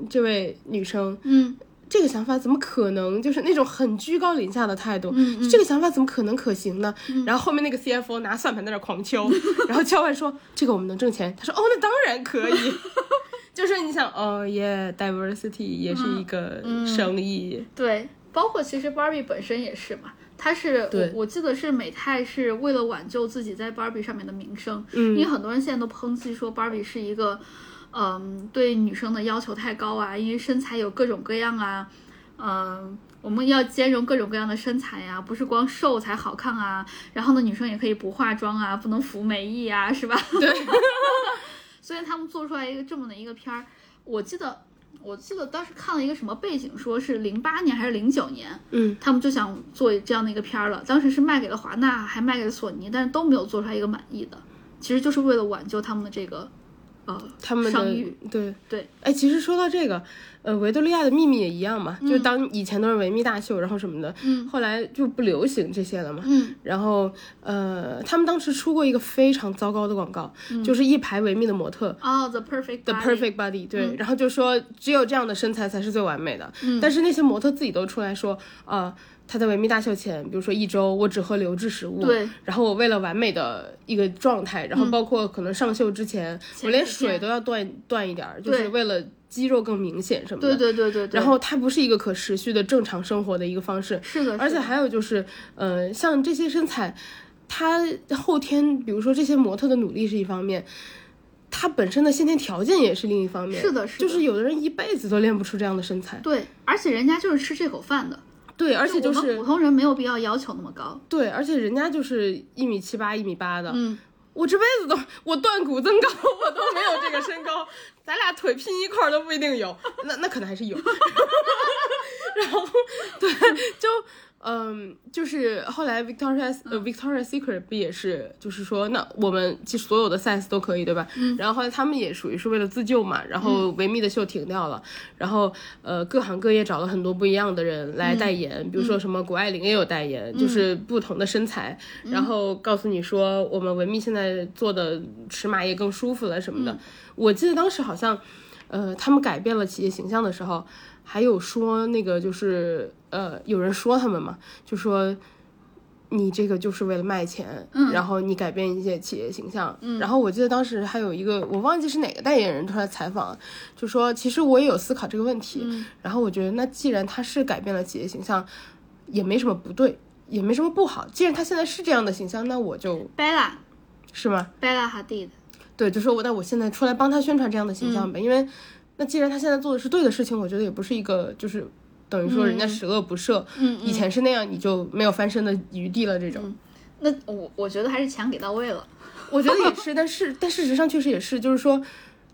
[SPEAKER 1] 这位女生，
[SPEAKER 2] 嗯。
[SPEAKER 1] 这个想法怎么可能？就是那种很居高临下的态度，
[SPEAKER 2] 嗯嗯
[SPEAKER 1] 这个想法怎么可能可行呢？然后后面那个 CFO 拿算盘在那儿狂敲， (laughs) 然后敲完说这个我们能挣钱，他说哦，那当然可以。 (laughs) 就是你想，哦耶，diversity 也是一个
[SPEAKER 2] 嗯
[SPEAKER 1] 生意，
[SPEAKER 2] 对，包括其实 Barbie 本身也是嘛，它是我
[SPEAKER 1] 对
[SPEAKER 2] 我记得是美泰是为了挽救自己在 Barbie 上面的名声，
[SPEAKER 1] 嗯
[SPEAKER 2] 因为很多人现在都抨击说 Barbie 是一个，嗯，对女生的要求太高啊，因为身材有各种各样啊，嗯。我们要兼容各种各样的身材呀、不是光瘦才好看啊。然后呢，女生也可以不化妆啊，不能服美役啊，是吧？
[SPEAKER 1] 对，
[SPEAKER 2] (laughs) 所以他们做出来一个这么的一个片儿，我记得我记得当时看了一个什么背景，说是零八年还是零九年，
[SPEAKER 1] 嗯，
[SPEAKER 2] 他们就想做这样的一个片儿了。当时是卖给了华纳，还卖给了索尼，但是都没有做出来一个满意的，其实就是为了挽救他们的这个呃
[SPEAKER 1] 他们
[SPEAKER 2] 商
[SPEAKER 1] 的
[SPEAKER 2] 誉。
[SPEAKER 1] 对
[SPEAKER 2] 对，
[SPEAKER 1] 哎，其实说到这个，嗯、呃维多利亚的秘密也一样嘛，就是当以前都是维密大秀，然后什么的，
[SPEAKER 2] 嗯
[SPEAKER 1] 后来就不流行这些了嘛。
[SPEAKER 2] 嗯
[SPEAKER 1] 然后，呃，他们当时出过一个非常糟糕的广告，
[SPEAKER 2] 嗯
[SPEAKER 1] 就是一排维密的模特，
[SPEAKER 2] 哦，The Perfect
[SPEAKER 1] The
[SPEAKER 2] Body
[SPEAKER 1] perfect body，对，然后就说只有这样的身材才是最完美的。
[SPEAKER 2] 嗯
[SPEAKER 1] 但是那些模特自己都出来说，呃，他在维密大秀前，比如说一周我只喝流质食物，
[SPEAKER 2] 对，嗯
[SPEAKER 1] 然后我为了完美的一个状态，然后包括可能上秀之前，我连水都要断断一点儿，就是
[SPEAKER 2] 对
[SPEAKER 1] 为了肌肉更明显什么的。
[SPEAKER 2] 对对对对对，
[SPEAKER 1] 然后它不是一个可持续的正常生活的一个方式，
[SPEAKER 2] 是的，
[SPEAKER 1] 而且
[SPEAKER 2] 是的
[SPEAKER 1] 还有就是，呃，像这些身材，它后天，比如说这些模特的努力是一方面，它本身的先天条件也是另一方面。
[SPEAKER 2] 是的是
[SPEAKER 1] 就
[SPEAKER 2] 的
[SPEAKER 1] 是有的人一辈子都练不出这样的身材。
[SPEAKER 2] 对，而且人家就是吃这口饭的，
[SPEAKER 1] 对，而且就
[SPEAKER 2] 我们
[SPEAKER 1] 是
[SPEAKER 2] 普通人没有必要要求那么高。
[SPEAKER 1] 对，而且人家就是一米七八、一米八的，
[SPEAKER 2] 嗯，
[SPEAKER 1] 我这辈子都我断骨增高，我都没有这个身高， (laughs) 咱俩腿拼一块儿都不一定有，那那可能还是有。然后对，就嗯，就是后来 Victoria 呃 Victoria Secret 不也是，就是说那我们其实所有的 size 都可以对吧？然后后来他们也属于是为了自救嘛，然后维密的秀停掉了，然后呃各行各业找了很多不一样的人来代言，比如说什么谷爱凌也有代言，就是不同的身材，然后告诉你说我们维密现在做的尺码也更舒服了什么的。我记得当时好像。呃，他们改变了企业形象的时候，还有说那个就是呃，有人说他们嘛，就说你这个就是为了卖钱，然后你改变一些企业形象。然后我记得当时还有一个我忘记是哪个代言人出来采访，就说其实我也有思考这个问题，然后我觉得那既然他是改变了企业形象，也没什么不对。也没什么不好，既然他现在是这样的形象，那我就
[SPEAKER 2] Bella
[SPEAKER 1] 是吗？
[SPEAKER 2] Bella Hadid，
[SPEAKER 1] 对，就说我，那我现在出来帮他宣传这样的形象呗，因为那既然他现在做的是对的事情，我觉得也不是一个就是等于说人家十恶不赦，
[SPEAKER 2] 嗯
[SPEAKER 1] 以前是那样，你就没有翻身的余地了这种。
[SPEAKER 2] 那我我觉得还是钱给到位了。
[SPEAKER 1] 我觉得也是，但是但事实上确实也是，就是说，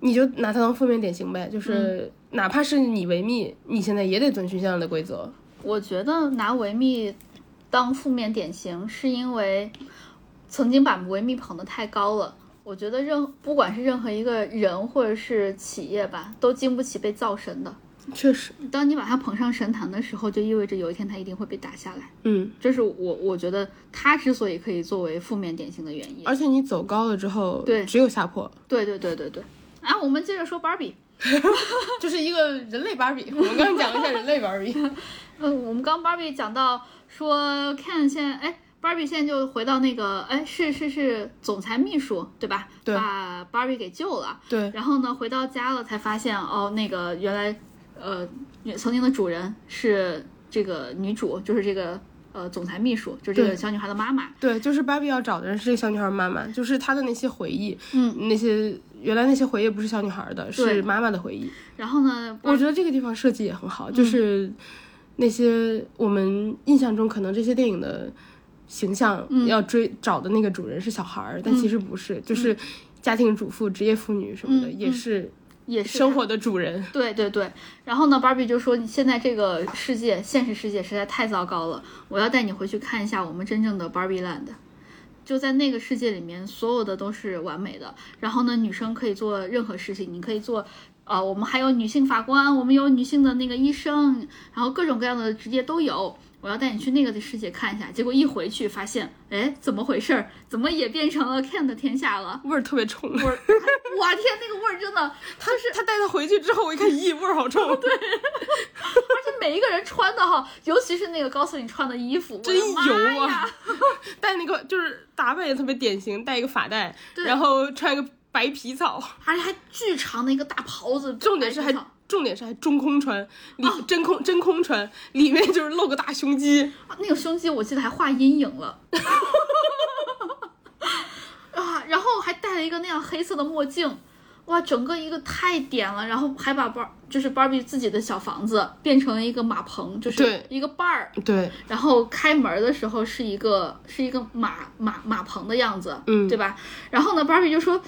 [SPEAKER 1] 你就拿它当负面典型呗，就是、哪怕是你维密，你现在也得遵循这样的规则。
[SPEAKER 2] 我觉得拿维密当负面典型，是因为曾经把维密捧得太高了。我觉得任不管是任何一个人或者是企业吧，都经不起被造神的。
[SPEAKER 1] 确实，
[SPEAKER 2] 当你把它捧上神坛的时候，就意味着有一天它一定会被打下来。
[SPEAKER 1] 嗯，
[SPEAKER 2] 这是我我觉得他之所以可以作为负面典型的原因。
[SPEAKER 1] 而且你走高了之后，
[SPEAKER 2] 对
[SPEAKER 1] 只有下坡，
[SPEAKER 2] 对对对对对。啊，我们接着说芭比。
[SPEAKER 1] 就是一个人类芭比。我们刚刚讲了一下人类芭比，
[SPEAKER 2] 嗯，我们刚 Barbie 讲到说看现在，哎，Barbie 现在就回到那个，哎，是是是，总裁秘书对吧？
[SPEAKER 1] 对
[SPEAKER 2] 把 Barbie 给救了。
[SPEAKER 1] 对，
[SPEAKER 2] 然后呢，回到家了才发现，哦，那个原来，呃，原曾经的主人是这个女主，就是这个呃总裁秘书，就是这
[SPEAKER 1] 对
[SPEAKER 2] 个小女孩的妈妈。
[SPEAKER 1] 对，就是芭比要找的人是这个小女孩妈妈，就是她的那些回忆，
[SPEAKER 2] 嗯，
[SPEAKER 1] 那些原来那些回忆不是小女孩的，是
[SPEAKER 2] 对
[SPEAKER 1] 妈妈的回忆。
[SPEAKER 2] 然后呢，
[SPEAKER 1] 我觉得这个地方设计也很
[SPEAKER 2] 嗯
[SPEAKER 1] 好，就是那些我们印象中可能这些电影的形象
[SPEAKER 2] 嗯
[SPEAKER 1] 要追、找的那个主人是小孩儿，但其实不是，就是家庭主妇、职业妇女什么的，
[SPEAKER 2] 嗯
[SPEAKER 1] 也是
[SPEAKER 2] 也是
[SPEAKER 1] 生活的主人。 (laughs)
[SPEAKER 2] 对对对，然后呢，芭比就说：“你现在这个世界，现实世界实在太糟糕了，我要带你回去看一下我们真正的 Barbie Land。”就在那个世界里面，所有的都是完美的。然后呢，女生可以做任何事情，你可以做，呃，我们还有女性法官，我们有女性的那个医生，然后各种各样的职业都有。我要带你去那个的世界看一下。结果一回去发现，哎，怎么回事儿？怎么也变成了 Ken 的天下了？
[SPEAKER 1] 味儿特别冲，
[SPEAKER 2] 我，我天，那个味儿真的，
[SPEAKER 1] 他是他带她回去之后，我一看，咦，味儿好
[SPEAKER 2] (laughs)
[SPEAKER 1] 冲，对，
[SPEAKER 2] 而且每一个人穿的哈，尤其是那个高司令穿的衣服，
[SPEAKER 1] 真
[SPEAKER 2] 我的妈
[SPEAKER 1] 油啊
[SPEAKER 2] 呀！！
[SPEAKER 1] 戴那个就是打扮也特别典型，戴一个发带，
[SPEAKER 2] 对
[SPEAKER 1] 然后穿一个白皮草，
[SPEAKER 2] 而且还巨长的一个大袍子，
[SPEAKER 1] 重点是还
[SPEAKER 2] 白哦色
[SPEAKER 1] 重点是还中空穿，里、真空真空穿，里面就是露个大胸肌。
[SPEAKER 2] 啊那个胸肌，我记得还画阴影了。 (laughs) 啊，然后还戴了一个那样黑色的墨镜，哇，整个一个太点了。然后还把 bar 就是 Barbie 自己的小房子变成了一个马棚，就是
[SPEAKER 1] 对
[SPEAKER 2] 一个 bar，
[SPEAKER 1] 对，
[SPEAKER 2] 然后开门的时候是一个是一个马马马棚的样子，
[SPEAKER 1] 嗯
[SPEAKER 2] 对吧？然后呢，Barbie 就说。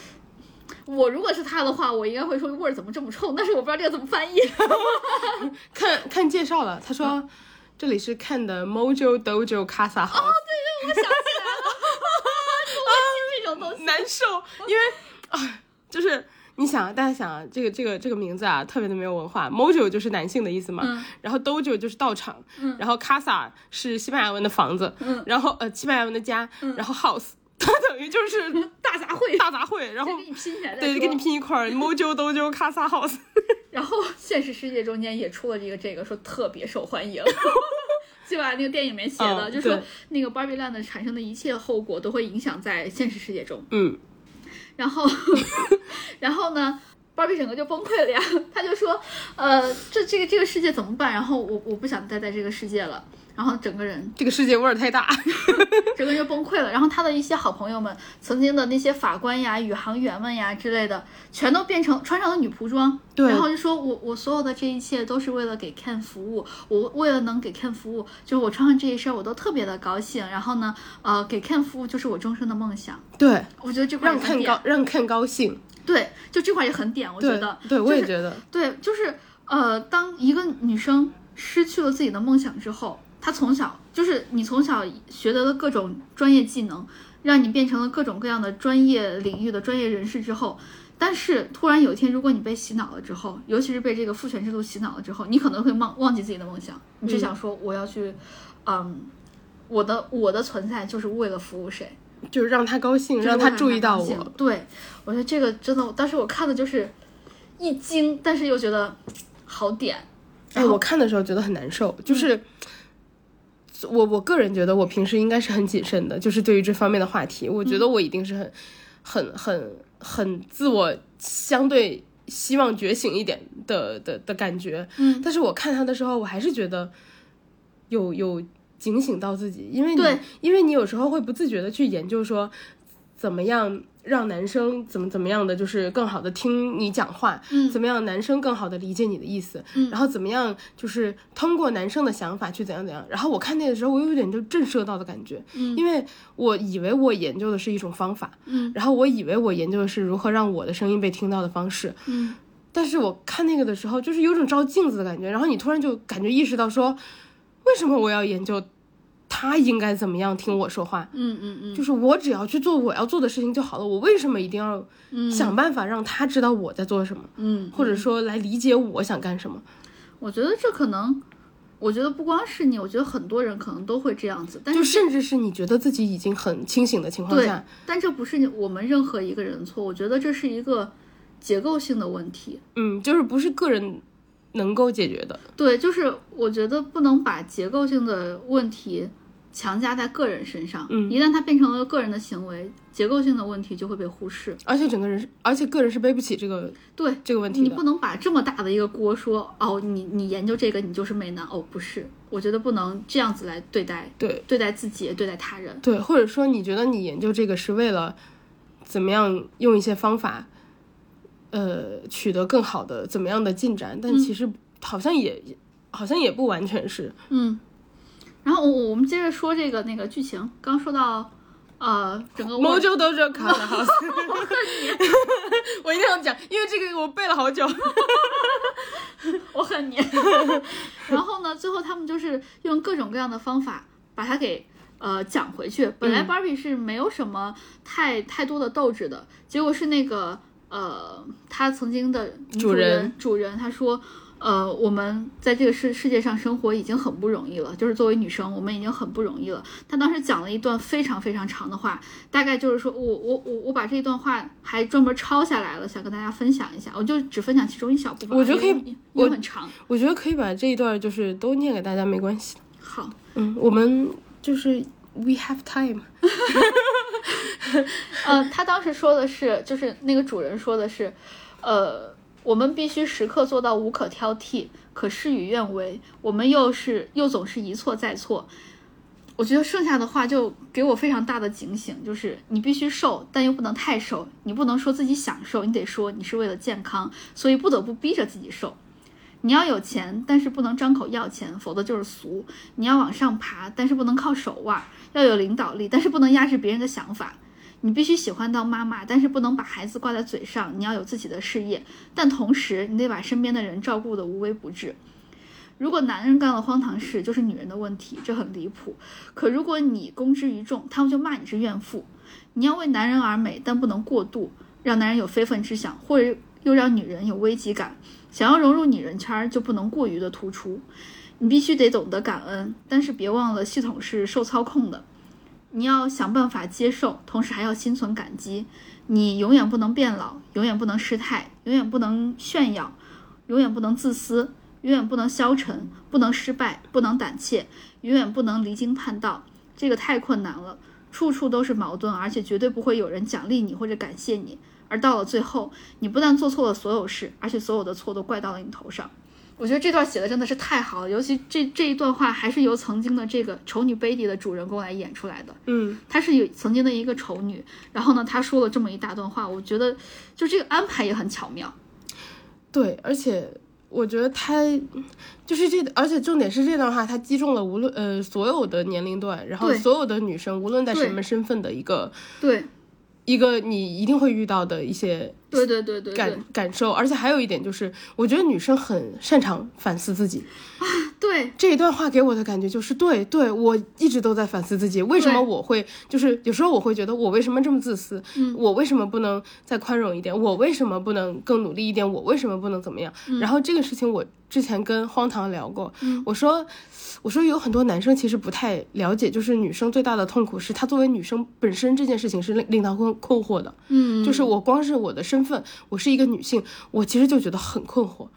[SPEAKER 2] 我如果是他的话，我应该会说味儿怎么这么冲，但是我不知道这个怎么翻译。 (laughs)
[SPEAKER 1] 看看介绍了，他说、
[SPEAKER 2] 嗯
[SPEAKER 1] 这里是看的 Mojo Dojo Casa 好、
[SPEAKER 2] 哦我想起来 (laughs) 了，我听这种东西， (laughs)
[SPEAKER 1] 难受，因为啊，就是你想，大家想，这个这个这个名字啊，特别的没有文化。Mojo 就是男性的意思嘛，
[SPEAKER 2] 嗯
[SPEAKER 1] 然后 Dojo 就是道场，
[SPEAKER 2] 嗯
[SPEAKER 1] 然后 Casa 是西班牙文的房子，
[SPEAKER 2] 嗯
[SPEAKER 1] 然后呃西班牙文的家，
[SPEAKER 2] 嗯
[SPEAKER 1] 然后 House 它等于就是
[SPEAKER 2] 大杂烩，
[SPEAKER 1] 大杂烩，然后
[SPEAKER 2] 就给你拼起来
[SPEAKER 1] 哦
[SPEAKER 2] 再
[SPEAKER 1] 对，就给
[SPEAKER 2] 说
[SPEAKER 1] 你拼一块
[SPEAKER 2] (laughs)
[SPEAKER 1] 儿 Mojo Dojo Casa House。
[SPEAKER 2] 然后 (laughs) 现实世界中间也出了一个这个，说特别受欢迎， (laughs) 就把那个电影里面写的，
[SPEAKER 1] 嗯
[SPEAKER 2] 就说
[SPEAKER 1] 对
[SPEAKER 2] 那个 Barbie Land 产生的一切后果都会影响在现实世界中。
[SPEAKER 1] 嗯，
[SPEAKER 2] 然后， (laughs) 然后呢？芭比整个就崩溃了呀，他就说，呃，这这个这个世界怎么办？然后我我不想待在这个世界了，然后整个人
[SPEAKER 1] 这个世界味儿太大。
[SPEAKER 2] 整个人就崩溃了。然后他的一些好朋友们，曾经的那些法官呀、宇航员们呀之类的，全都变成穿上了女仆装，
[SPEAKER 1] 对
[SPEAKER 2] 然后就说我我所有的这一切都是为了给 Ken 服务，我为了能给 Ken 服务，就是我穿上这一身我都特别的高兴。然后呢，呃，给 Ken 服务就是我终身的梦想。
[SPEAKER 1] 对，
[SPEAKER 2] 我觉得这块
[SPEAKER 1] 让
[SPEAKER 2] 也很
[SPEAKER 1] 看
[SPEAKER 2] 点
[SPEAKER 1] 高，让看高兴。
[SPEAKER 2] 对，就这块也很点，我觉
[SPEAKER 1] 对
[SPEAKER 2] 得，，
[SPEAKER 1] 对，我也
[SPEAKER 2] 就是
[SPEAKER 1] 觉得，
[SPEAKER 2] 对，就是呃，当一个女生失去了自己的梦想之后，她从小就是你从小学得的各种专业技能，让你变成了各种各样的专业领域的专业人士之后。但是突然有一天，如果你被洗脑了之后，尤其是被这个父权制度洗脑了之后，你可能会忘忘记自己的梦想，你只想说我要去，嗯，我的我的存在就是为了服务谁，
[SPEAKER 1] 就是让他高兴，让他注意到我。
[SPEAKER 2] 对，我觉得这个真的，当时我看的就是一惊，但是又觉得好点。
[SPEAKER 1] 哎，我看的时候觉得很难受，就是。我我个人觉得，我平时应该是很谨慎的，就是对于这方面的话题，我觉得我一定是很、很、很、很自我，相对希望觉醒一点的的的感觉。
[SPEAKER 2] 嗯，
[SPEAKER 1] 但是我看他的时候，我还是觉得有有警醒到自己，因为你
[SPEAKER 2] 对
[SPEAKER 1] 因为你有时候会不自觉的去研究说怎么样让男生怎么怎么样的，就是更好的听你讲话，
[SPEAKER 2] 嗯
[SPEAKER 1] 怎么样男生更好的理解你的意思，
[SPEAKER 2] 嗯
[SPEAKER 1] 然后怎么样就是通过男生的想法去怎样怎样。然后我看那个时候，我有点就震慑到的感觉，
[SPEAKER 2] 嗯
[SPEAKER 1] 因为我以为我研究的是一种方法，
[SPEAKER 2] 嗯
[SPEAKER 1] 然后我以为我研究的是如何让我的声音被听到的方式，
[SPEAKER 2] 嗯，
[SPEAKER 1] 但是我看那个的时候，就是有种照镜子的感觉，然后你突然就感觉意识到说，为什么我要研究他应该怎么样听我说话？
[SPEAKER 2] 嗯嗯嗯，
[SPEAKER 1] 就是我只要去做我要做的事情就好了，我为什么一定要
[SPEAKER 2] 嗯
[SPEAKER 1] 想办法让他知道我在做什么，
[SPEAKER 2] 嗯，
[SPEAKER 1] 或者说来理解我想干什么？
[SPEAKER 2] 我觉得这可能，我觉得不光是你，我觉得很多人可能都会这样子，但
[SPEAKER 1] 就是甚至是你觉得自己已经很清醒的情况
[SPEAKER 2] 对
[SPEAKER 1] 下，，
[SPEAKER 2] 但这不是你我们任何一个人的错，我觉得这是一个结构性的问题。
[SPEAKER 1] 嗯，就是不是个人能够解决的，
[SPEAKER 2] 对，就是我觉得不能把结构性的问题强加在个人身上。
[SPEAKER 1] 嗯
[SPEAKER 2] 一旦它变成了个人的行为，结构性的问题就会被忽视。
[SPEAKER 1] 而且整个人是，而且个人是背不起这个
[SPEAKER 2] 对，
[SPEAKER 1] 这个问题
[SPEAKER 2] 你
[SPEAKER 1] 的
[SPEAKER 2] 不。能把这么大的一个锅说哦，你你研究这个你就是美男哦，不是，我觉得不能这样子来对待
[SPEAKER 1] 对，
[SPEAKER 2] 对待自己，也对待他人。
[SPEAKER 1] 对，或者说你觉得你研究这个是为了怎么样用一些方法，呃，取得更好的怎么样的进展？但其实好像也、好像也不完全是，
[SPEAKER 2] 嗯，然后我我们接着说这个那个剧情，刚说到呃
[SPEAKER 1] (laughs)
[SPEAKER 2] 整个
[SPEAKER 1] 猫就都是卡的好。我一定要讲，因为这个我背了好久。 (laughs)
[SPEAKER 2] 我恨你。 (laughs) 然后呢，最后他们就是用各种各样的方法把它给呃讲回去。本
[SPEAKER 1] 嗯
[SPEAKER 2] 来 Barbie 是没有什么太太多的斗志的，结果是那个呃，他曾经的女主
[SPEAKER 1] 主人
[SPEAKER 2] 人主人他说。呃，我们在这个世世界上生活已经很不容易了，就是作为女生，我们已经很不容易了。她当时讲了一段非常非常长的话，大概就是说我我我我把这段话还专门抄下来了，想跟大家分享一下。我就只分享其中一小部分，
[SPEAKER 1] 我觉得可以
[SPEAKER 2] 因为因为
[SPEAKER 1] 我
[SPEAKER 2] 很长。
[SPEAKER 1] 我觉得可以把这一段就是都念给大家，没关系。
[SPEAKER 2] 好，
[SPEAKER 1] 嗯，我们就是 we have time。
[SPEAKER 2] 呃，他当时说的是，就是那个主人说的是，呃，我们必须时刻做到无可挑剔，可事与愿违，我们又是又总是一错再错。我觉得剩下的话就给我非常大的警醒，就是你必须瘦，但又不能太瘦，你不能说自己想瘦，你得说你是为了健康，所以不得不逼着自己瘦。你要有钱，但是不能张口要钱，否则就是俗。你要往上爬，但是不能靠手腕；要有领导力，但是不能压制别人的想法。你必须喜欢当妈妈，但是不能把孩子挂在嘴上，你要有自己的事业，但同时你得把身边的人照顾得无微不至。如果男人干了荒唐事，就是女人的问题，这很离谱。可如果你公之于众，他们就骂你是怨妇。你要为男人而美，但不能过度，让男人有非分之想，或者又让女人有危机感。想要融入女人圈儿，就不能过于的突出，你必须得懂得感恩，但是别忘了系统是受操控的，你要想办法接受，同时还要心存感激。你永远不能变老，永远不能失态，永远不能炫耀，永远不能自私，永远不能消沉，不能失败，不能胆怯，永远不能离经叛道。这个太困难了，处处都是矛盾，而且绝对不会有人奖励你或者感谢你。而到了最后，你不但做错了所有事，而且所有的错都怪到了你头上。我觉得这段写的真的是太好了，尤其这这一段话还是由曾经的这个《丑女贝蒂》的主人公来演出来的。
[SPEAKER 1] 嗯，
[SPEAKER 2] 她是有曾经的一个丑女，然后呢，她说了这么一大段话，我觉得就这个安排也很巧妙。
[SPEAKER 1] 对，而且我觉得他就是这，而且重点是这段话，他击中了无论呃所有的年龄段，然后
[SPEAKER 2] 对
[SPEAKER 1] 所有的女生，无论在
[SPEAKER 2] 对
[SPEAKER 1] 什么身份的一个
[SPEAKER 2] 对，
[SPEAKER 1] 一个你一定会遇到的一些
[SPEAKER 2] 对对对对对
[SPEAKER 1] 感感受，而且还有一点就是，我觉得女生很擅长反思自己。
[SPEAKER 2] 对
[SPEAKER 1] 这一段话给我的感觉就是，对对，我一直都在反思自己，为什么
[SPEAKER 2] 对
[SPEAKER 1] 我会就是有时候我会觉得我为什么这么自私，
[SPEAKER 2] 嗯
[SPEAKER 1] 我为什么不能再宽容一点，我为什么不能更努力一点，我为什么不能怎么样？然后这个事情我之前跟荒唐聊过，
[SPEAKER 2] 嗯
[SPEAKER 1] 我说我说有很多男生其实不太了解，就是女生最大的痛苦是她作为女生本身这件事情是令令她困困惑的，
[SPEAKER 2] 嗯，
[SPEAKER 1] 就是我光是我的身份，我是一个女性，我其实就觉得很困惑。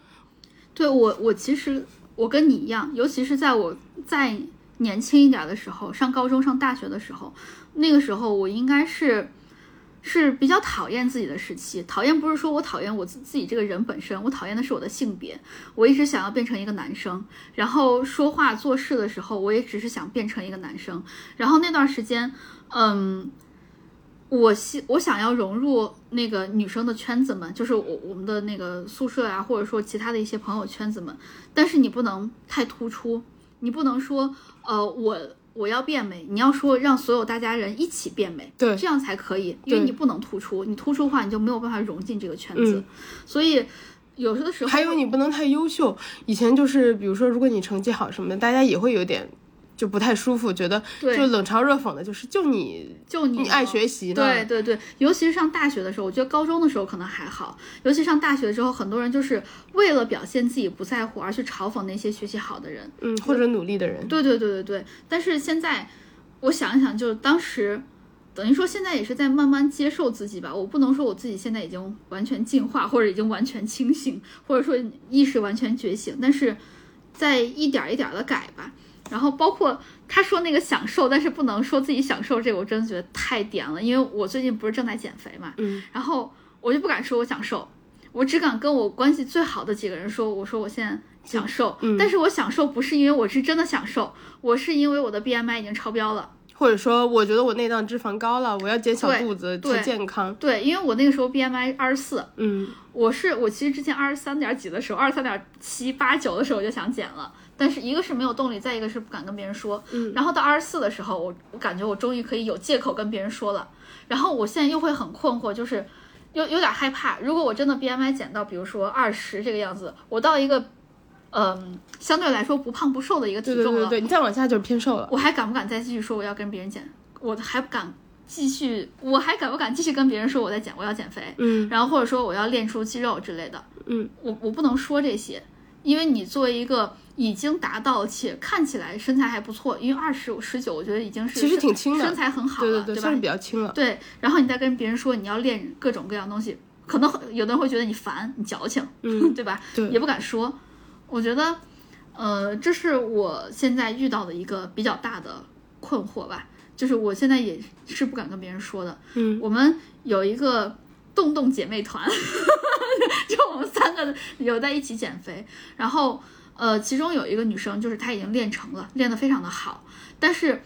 [SPEAKER 2] 对我我其实我跟你一样，尤其是在我再年轻一点的时候，上高中、上大学的时候，那个时候我应该是。是比较讨厌自己的时期，讨厌不是说我讨厌我自自己这个人本身，我讨厌的是我的性别。我一直想要变成一个男生，然后说话做事的时候，我也只是想变成一个男生。然后那段时间，嗯，我希我想要融入那个女生的圈子们，就是我我们的那个宿舍啊，或者说其他的一些朋友圈子们，但是你不能太突出，你不能说呃我我要变美，你要说让所有大家人一起变美，
[SPEAKER 1] 对
[SPEAKER 2] 这样才可以，因
[SPEAKER 1] 对
[SPEAKER 2] 为你不能突出，你突出的话你就没有办法融进这个圈子，
[SPEAKER 1] 嗯
[SPEAKER 2] 所以有的时候
[SPEAKER 1] 还有你不能太优秀。以前就是，比如说，如果你成绩好什么的，大家也会有点就不太舒服，觉得
[SPEAKER 2] 对
[SPEAKER 1] 就冷嘲热讽的，就是就你
[SPEAKER 2] 就你
[SPEAKER 1] 嗯你爱学习呢
[SPEAKER 2] 对对对，尤其是上大学的时候，我觉得高中的时候可能还好，尤其上大学之后，很多人就是为了表现自己不在乎而去嘲讽那些学习好的人。
[SPEAKER 1] 嗯或者努力的人，
[SPEAKER 2] 对对对对对，但是现在我想一想，就是当时。等于说现在也是在慢慢接受自己吧，我不能说我自己现在已经完全进化，或者已经完全清醒，或者说意识完全觉醒，但是在一点儿一点儿的改吧。然后包括他说那个享受，但是不能说自己享受这个，我真的觉得太点了。因为我最近不是正在减肥嘛，
[SPEAKER 1] 嗯，
[SPEAKER 2] 然后我就不敢说我享受，我只敢跟我关系最好的几个人说，我说我现在享受，
[SPEAKER 1] 嗯
[SPEAKER 2] 但是我享受不是因为我是真的享受，我是因为我的 BMI 已经超标了。
[SPEAKER 1] 或者说我觉得我内脏脂肪高了，我要减小
[SPEAKER 2] 对
[SPEAKER 1] 肚子，
[SPEAKER 2] 对
[SPEAKER 1] 吃健康，
[SPEAKER 2] 对，因为我那个时候 BMI 二十四，
[SPEAKER 1] 嗯，
[SPEAKER 2] 我是我其实之前二十三点几的时候，二十三点七八九的时候我就想减了，但是一个是没有动力，再一个是不敢跟别人说。
[SPEAKER 1] 嗯
[SPEAKER 2] 然后到二十四的时候，我我感觉我终于可以有借口跟别人说了。然后我现在又会很困惑，就是有有点害怕，如果我真的 BMI 减到比如说二十这个样子，我到一个嗯、相对来说不胖不瘦的一个体
[SPEAKER 1] 对
[SPEAKER 2] 重
[SPEAKER 1] 对
[SPEAKER 2] 了，
[SPEAKER 1] 对对，你再往下就是偏瘦了。
[SPEAKER 2] 我还敢不敢再继续说我要跟别人减？我还敢继续？我还敢不敢继续跟别人说我在减？我要减肥？
[SPEAKER 1] 嗯
[SPEAKER 2] 然后或者说我要练出肌肉之类的，
[SPEAKER 1] 嗯，
[SPEAKER 2] 我我不能说这些，因为你作为一个已经达到且看起来身材还不错，因为二十十九我觉得已经是
[SPEAKER 1] 其实
[SPEAKER 2] 身
[SPEAKER 1] 挺轻的
[SPEAKER 2] 身材很好
[SPEAKER 1] 对
[SPEAKER 2] 了，
[SPEAKER 1] 对对，算是
[SPEAKER 2] 吧
[SPEAKER 1] 比？较轻了。
[SPEAKER 2] 对，然后你再跟别人说你要练各种各样东西，可能很有的人会觉得你烦，你矫情，
[SPEAKER 1] 嗯
[SPEAKER 2] 对吧？
[SPEAKER 1] 对
[SPEAKER 2] 也不敢说。我觉得，呃，这是我现在遇到的一个比较大的困惑吧，就是我现在也是不敢跟别人说的，
[SPEAKER 1] 嗯，
[SPEAKER 2] 我们有一个洞洞姐
[SPEAKER 1] (laughs)
[SPEAKER 2] 妹团， (laughs) 就我们三个有在一起减肥，然后呃，其中有一个女生就是她已经练成了，练得非常的好，但是。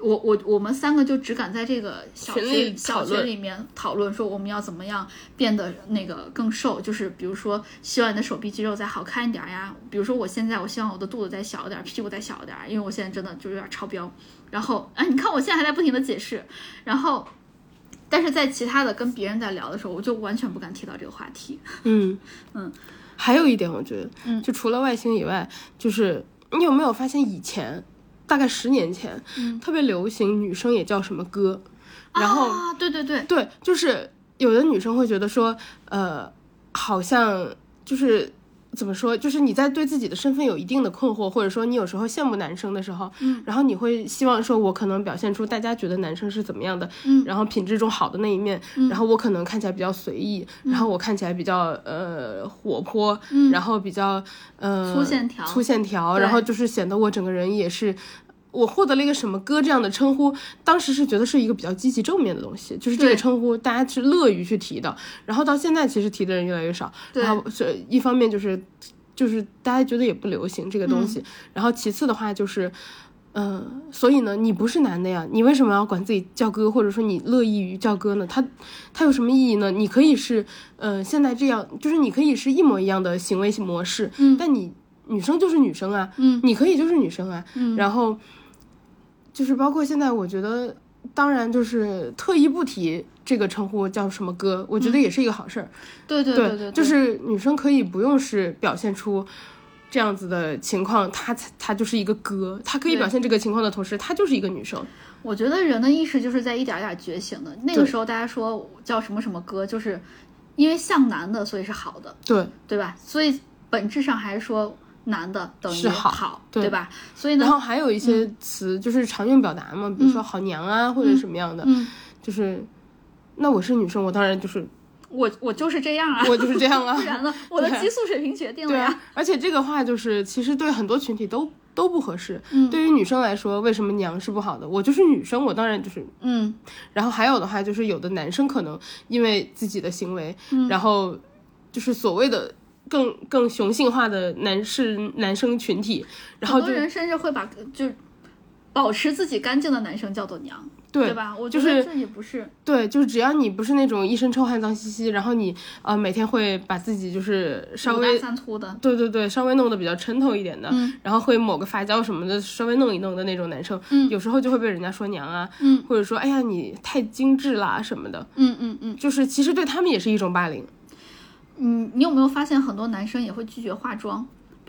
[SPEAKER 2] 我我我们三个就只敢在这个小
[SPEAKER 1] 群里
[SPEAKER 2] 群小
[SPEAKER 1] 讨论
[SPEAKER 2] 群里面讨论说我们要怎么样变得那个更瘦，就是比如说希望你的手臂肌肉再好看一点儿呀，比如说我现在我希望我的肚子再小一点儿，屁股再小一点儿，因为我现在真的就有点超标。然后哎，你看我现在还在不停的解释，然后但是在其他的跟别人在聊的时候，我就完全不敢提到这个话题。
[SPEAKER 1] 嗯
[SPEAKER 2] 嗯，
[SPEAKER 1] 还有一点，我觉得，
[SPEAKER 2] 嗯
[SPEAKER 1] 就除了外形以外，就是你有没有发现以前，大概十年前，
[SPEAKER 2] 嗯
[SPEAKER 1] 特别流行女生也叫什么歌，然后、
[SPEAKER 2] 啊，对对对，
[SPEAKER 1] 对，就是有的女生会觉得说，呃。好像就是怎么说，就是你在对自己的身份有一定的困惑，或者说你有时候羡慕男生的时候，
[SPEAKER 2] 嗯，
[SPEAKER 1] 然后你会希望说，我可能表现出大家觉得男生是怎么样的，
[SPEAKER 2] 嗯
[SPEAKER 1] 然后品质中好的那一面，然后我可能看起来比较随意，然后我看起来比较呃活泼，
[SPEAKER 2] 嗯
[SPEAKER 1] 然后比较呃
[SPEAKER 2] 粗线条
[SPEAKER 1] 粗线条，
[SPEAKER 2] 对
[SPEAKER 1] 然后就是显得我整个人也是。我获得了一个什么哥这样的称呼，当时是觉得是一个比较积极正面的东西，就是这
[SPEAKER 2] 对
[SPEAKER 1] 个称呼大家是乐于去提的。然后到现在其实提的人越来越少，
[SPEAKER 2] 对
[SPEAKER 1] 然后是一方面就是就是大家觉得也不流行这个东
[SPEAKER 2] 嗯
[SPEAKER 1] 西，然后其次的话就是。嗯、所以呢，你不是男的呀，你为什么要管自己叫哥，或者说你乐意于叫哥呢？他他有什么意义呢？你可以是，呃，现在这样，就是你可以是一模一样的行为模式，
[SPEAKER 2] 嗯
[SPEAKER 1] 但你女生就是女生啊，
[SPEAKER 2] 嗯
[SPEAKER 1] 你可以就是女生啊，
[SPEAKER 2] 嗯
[SPEAKER 1] 然后就是包括现在，我觉得当然就是特意不提这个称呼叫什么哥，我觉得也是一个好事儿，
[SPEAKER 2] 对嗯对对对，
[SPEAKER 1] 就是女生可以不用是表现出。这样子的情况，她才她就是一个哥，她可以
[SPEAKER 2] 对
[SPEAKER 1] 表现这个情况的同时，她就是一个女生。
[SPEAKER 2] 我觉得人的意识就是在一点儿一点儿觉醒的。那个
[SPEAKER 1] 对
[SPEAKER 2] 时候大家说叫什么什么歌，就是因为像男的，所以是好的，
[SPEAKER 1] 对，
[SPEAKER 2] 对吧？所以本质上还是说男的等于
[SPEAKER 1] 是好对
[SPEAKER 2] 吧？所以
[SPEAKER 1] 然
[SPEAKER 2] 呢，
[SPEAKER 1] 后还有一些词就是常用表达嘛，比如说
[SPEAKER 2] 嗯
[SPEAKER 1] 好娘啊或者什么样的，
[SPEAKER 2] 嗯，
[SPEAKER 1] 就是那我是女生，我当然就是
[SPEAKER 2] 我我就是这样啊，
[SPEAKER 1] 我就是这样啊
[SPEAKER 2] (laughs) 不，然呢，我的
[SPEAKER 1] 对
[SPEAKER 2] 激素水平决定了
[SPEAKER 1] 对
[SPEAKER 2] 呀。
[SPEAKER 1] 啊。 (laughs) 而且这个话就是其实对很多群体都都不合适。
[SPEAKER 2] 嗯
[SPEAKER 1] 对于女生来说，为什么娘是不好的？我就是女生，我当然就是。
[SPEAKER 2] 嗯
[SPEAKER 1] 然后还有的话就是有的男生可能因为自己的行为，
[SPEAKER 2] 嗯
[SPEAKER 1] 然后就是所谓的。更更雄性化的男士男生群体，然后
[SPEAKER 2] 很
[SPEAKER 1] 就
[SPEAKER 2] 多人甚至会把就是保持自己干净的男生叫做娘，
[SPEAKER 1] 对
[SPEAKER 2] 吧？我觉
[SPEAKER 1] 就
[SPEAKER 2] 得
[SPEAKER 1] 是
[SPEAKER 2] 这也不是，
[SPEAKER 1] 对，就是只要你不是那种一身臭汗脏兮兮，然后你呃每天会把自己就是稍
[SPEAKER 2] 五大
[SPEAKER 1] 微，
[SPEAKER 2] 三粗的，
[SPEAKER 1] 对对对，稍微弄得比较抻头一点的，
[SPEAKER 2] 嗯
[SPEAKER 1] 然后会抹个发胶什么的，稍微弄一弄的那种男生，
[SPEAKER 2] 嗯
[SPEAKER 1] 有时候就会被人家说娘啊，
[SPEAKER 2] 嗯
[SPEAKER 1] 或者说哎呀你太精致啦什么的，
[SPEAKER 2] 嗯嗯嗯
[SPEAKER 1] 就是其实对他们也是一种霸凌。
[SPEAKER 2] 嗯，你有没有发现很多男生也会拒绝化妆？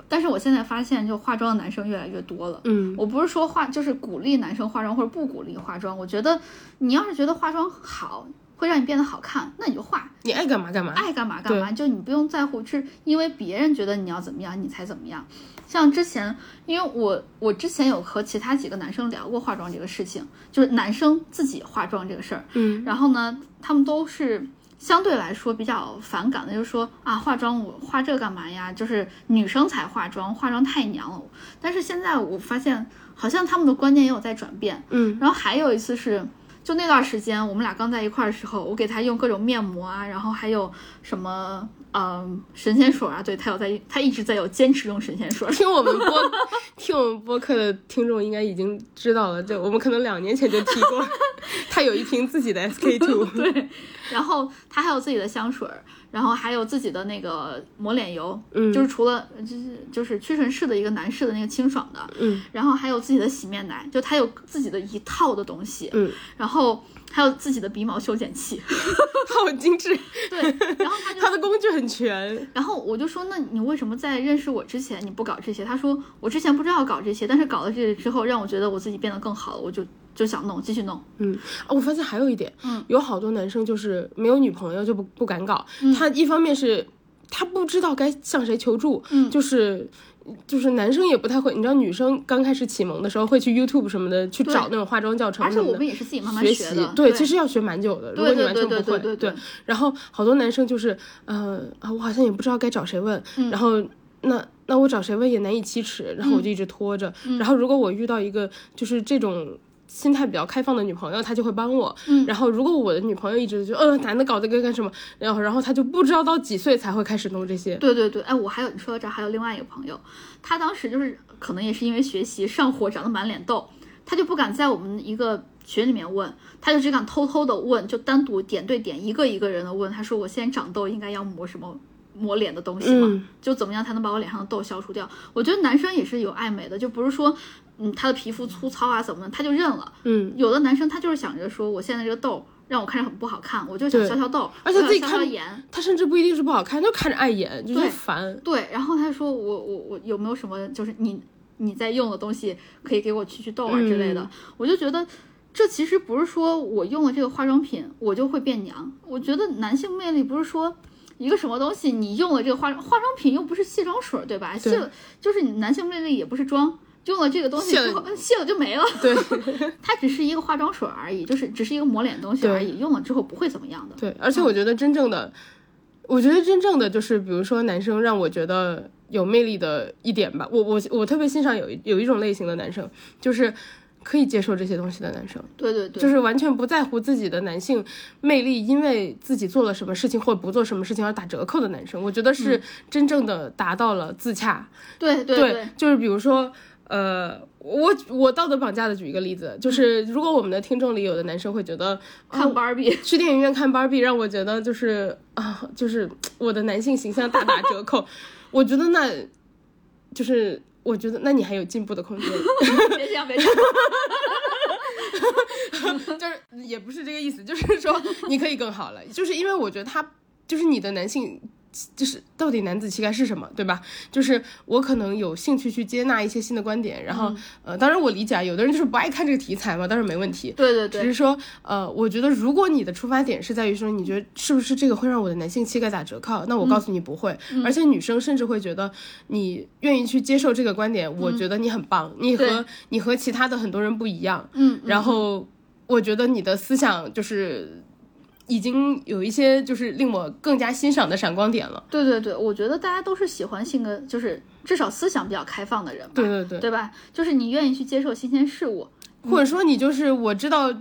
[SPEAKER 2] 但是我现在发现，就化妆的男生越来越多了。
[SPEAKER 1] 嗯，
[SPEAKER 2] 我不是说化，就是鼓励男生化妆或者不鼓励化妆。我觉得你要是觉得化妆好，会让你变得好看，那你就化，
[SPEAKER 1] 你爱干嘛干嘛。 (laughs)
[SPEAKER 2] 爱干嘛干嘛，就你不用在乎是因为别人觉得你要怎么样你才怎么样。像之前，因为我我之前有和其他几个男生聊过化妆这个事情，就是男生自己化妆这个事儿，
[SPEAKER 1] 嗯
[SPEAKER 2] 然后呢，他们都是相对来说比较反感的，就是说啊，化妆我化这干嘛呀？就是女生才化妆，化妆太娘了。但是现在我发现，好像他们的观念也有在转变。
[SPEAKER 1] 嗯
[SPEAKER 2] 然后还有一次是，就那段时间我们俩刚在一块儿的时候，我给他用各种面膜啊，然后还有什么嗯、神仙水啊，对他有在，他一直在有坚持用神仙水。
[SPEAKER 1] 听我们播听我们播客的听众应该已经知道了，这我们可能两年前就提过，他有一瓶自己的 SK two。
[SPEAKER 2] (laughs) 对，然后他还有自己的香水儿，然后还有自己的那个抹脸油，
[SPEAKER 1] 嗯
[SPEAKER 2] 就是除了就是就是屈臣氏的一个男士的那个清爽的，
[SPEAKER 1] 嗯
[SPEAKER 2] 然后还有自己的洗面奶，就他有自己的一套的东西，
[SPEAKER 1] 嗯， (laughs)
[SPEAKER 2] 然后还有自己的鼻毛修剪器，
[SPEAKER 1] 好精致，
[SPEAKER 2] 对，然后他就
[SPEAKER 1] 他的工具很全。
[SPEAKER 2] 然后我就说，那你为什么在认识我之前你不搞这些？他说我之前不知道搞这些，但是搞了这个之后，让我觉得我自己变得更好了，我就就想弄，继续弄。
[SPEAKER 1] 嗯，啊我发现还有一点，
[SPEAKER 2] 嗯
[SPEAKER 1] 有好多男生就是没有女朋友就不不敢搞，
[SPEAKER 2] 嗯
[SPEAKER 1] 他一方面是他不知道该向谁求助，
[SPEAKER 2] 嗯
[SPEAKER 1] 就是。就是男生也不太会，你知道，女生刚开始启蒙的时候会去 YouTube 什么的去
[SPEAKER 2] 对
[SPEAKER 1] 找那种化妆教程
[SPEAKER 2] 而且
[SPEAKER 1] 什
[SPEAKER 2] 我
[SPEAKER 1] 么
[SPEAKER 2] 们
[SPEAKER 1] 的
[SPEAKER 2] 也是自己慢慢
[SPEAKER 1] 学
[SPEAKER 2] 的
[SPEAKER 1] 习。，
[SPEAKER 2] 对，
[SPEAKER 1] 其实要学蛮久的，如
[SPEAKER 2] 对
[SPEAKER 1] 果你
[SPEAKER 2] 对
[SPEAKER 1] 完
[SPEAKER 2] 对
[SPEAKER 1] 全
[SPEAKER 2] 对
[SPEAKER 1] 不
[SPEAKER 2] 对
[SPEAKER 1] 会，
[SPEAKER 2] 对对
[SPEAKER 1] 然后好多男生就是，呃啊，我好像也不知道该找谁问，
[SPEAKER 2] 嗯
[SPEAKER 1] 然后那那我找谁问也难以启齿，然后
[SPEAKER 2] 嗯
[SPEAKER 1] 我就一直拖着。然后如果我遇到一个就是这种。心态比较开放的女朋友，她就会帮我。
[SPEAKER 2] 嗯
[SPEAKER 1] 然后如果我的女朋友一直就，呃，男的搞这个干什么？然后，然后她就不知道到几岁才会开始弄这些。
[SPEAKER 2] 对对对，哎，我还有你说到这儿，还有另外一个朋友，他当时就是可能也是因为学习上火，长得满脸痘，他就不敢在我们一个群里面问，他就只敢偷偷的问，就单独点对点一个一个人的问。他说我现在长痘应该要抹什么抹脸的东西吗？
[SPEAKER 1] 嗯
[SPEAKER 2] 就怎么样才能把我脸上的痘消除掉？我觉得男生也是有爱美的，就不是说嗯他的皮肤粗糙啊怎么的，他就认了。
[SPEAKER 1] 嗯，
[SPEAKER 2] 有的男生他就是想着说我现在这个痘让我看着很不好看，我就想
[SPEAKER 1] 对
[SPEAKER 2] 消消痘，
[SPEAKER 1] 而且
[SPEAKER 2] 我想
[SPEAKER 1] 自己
[SPEAKER 2] 消
[SPEAKER 1] 看
[SPEAKER 2] 消炎。
[SPEAKER 1] 她甚至不一定是不好看，就看着碍眼，就是
[SPEAKER 2] 对
[SPEAKER 1] 烦。
[SPEAKER 2] 对，然后他说我我我有没有什么就是你你在用的东西可以给我去去痘啊之类的，
[SPEAKER 1] 嗯
[SPEAKER 2] 我就觉得。这其实不是说我用了这个化妆品我就会变娘，我觉得男性魅力不是说一个什么东西，你用了这个化化妆品又不是卸妆水，对吧？
[SPEAKER 1] 对
[SPEAKER 2] 卸了就是你男性魅力也不是妆，用了这个东西
[SPEAKER 1] 卸了
[SPEAKER 2] 之后嗯卸了就没了，
[SPEAKER 1] 对
[SPEAKER 2] (laughs) 它只是一个化妆水而已，就是只是一个抹脸的东西
[SPEAKER 1] 对
[SPEAKER 2] 而已，用了之后不会怎么样的。
[SPEAKER 1] 对，而且我觉得真正的，我觉得真正的就是，比如说男生让我觉得有魅力的一点吧，我我我特别欣赏有一有一种类型的男生，就是可以接受这些东西的男生。
[SPEAKER 2] 对对对，
[SPEAKER 1] 就是完全不在乎自己的男性魅力，因为自己做了什么事情或不做什么事情而打折扣的男生，我觉得是真正的达到了自洽。
[SPEAKER 2] 对对
[SPEAKER 1] 对，就是比如说，呃，我我道德绑架的举一个例子，就是如果我们的听众里有的男生会觉得，
[SPEAKER 2] 看芭比， (laughs)
[SPEAKER 1] 去电影院看芭比让我觉得就是啊，就是我的男性形象大打折扣， (laughs) 我觉得那，就是我觉得那你还有进步的空间。 (laughs)
[SPEAKER 2] 别这样，别这样。 (laughs)
[SPEAKER 1] 就是也不是这个意思，就是说你可以更好了，就是因为我觉得他就是你的男性。就是到底男子气概是什么，对吧？就是我可能有兴趣去接纳一些新的观点，然后、呃，当然我理解啊，有的人就是不爱看这个题材嘛，当然没问题。
[SPEAKER 2] 对对
[SPEAKER 1] 只
[SPEAKER 2] 对
[SPEAKER 1] 是说，呃，我觉得如果你的出发点是在于说，你觉得是不是这个会让我的男性气概打折扣？那
[SPEAKER 2] 嗯
[SPEAKER 1] 我告诉你不会，而且女生甚至会觉得你愿意去接受这个观点，我觉得你很棒，你
[SPEAKER 2] 嗯对
[SPEAKER 1] 和你和其他的很多人不一样，
[SPEAKER 2] 嗯，
[SPEAKER 1] 然后我觉得你的思想就是已经有一些就是令我更加欣赏的闪光点了。
[SPEAKER 2] 对对对，我觉得大家都是喜欢性格，就是至少思想比较开放的人吧，
[SPEAKER 1] 对对对，
[SPEAKER 2] 对吧？就是你愿意去接受新鲜事物，
[SPEAKER 1] 或者说你就是我知道，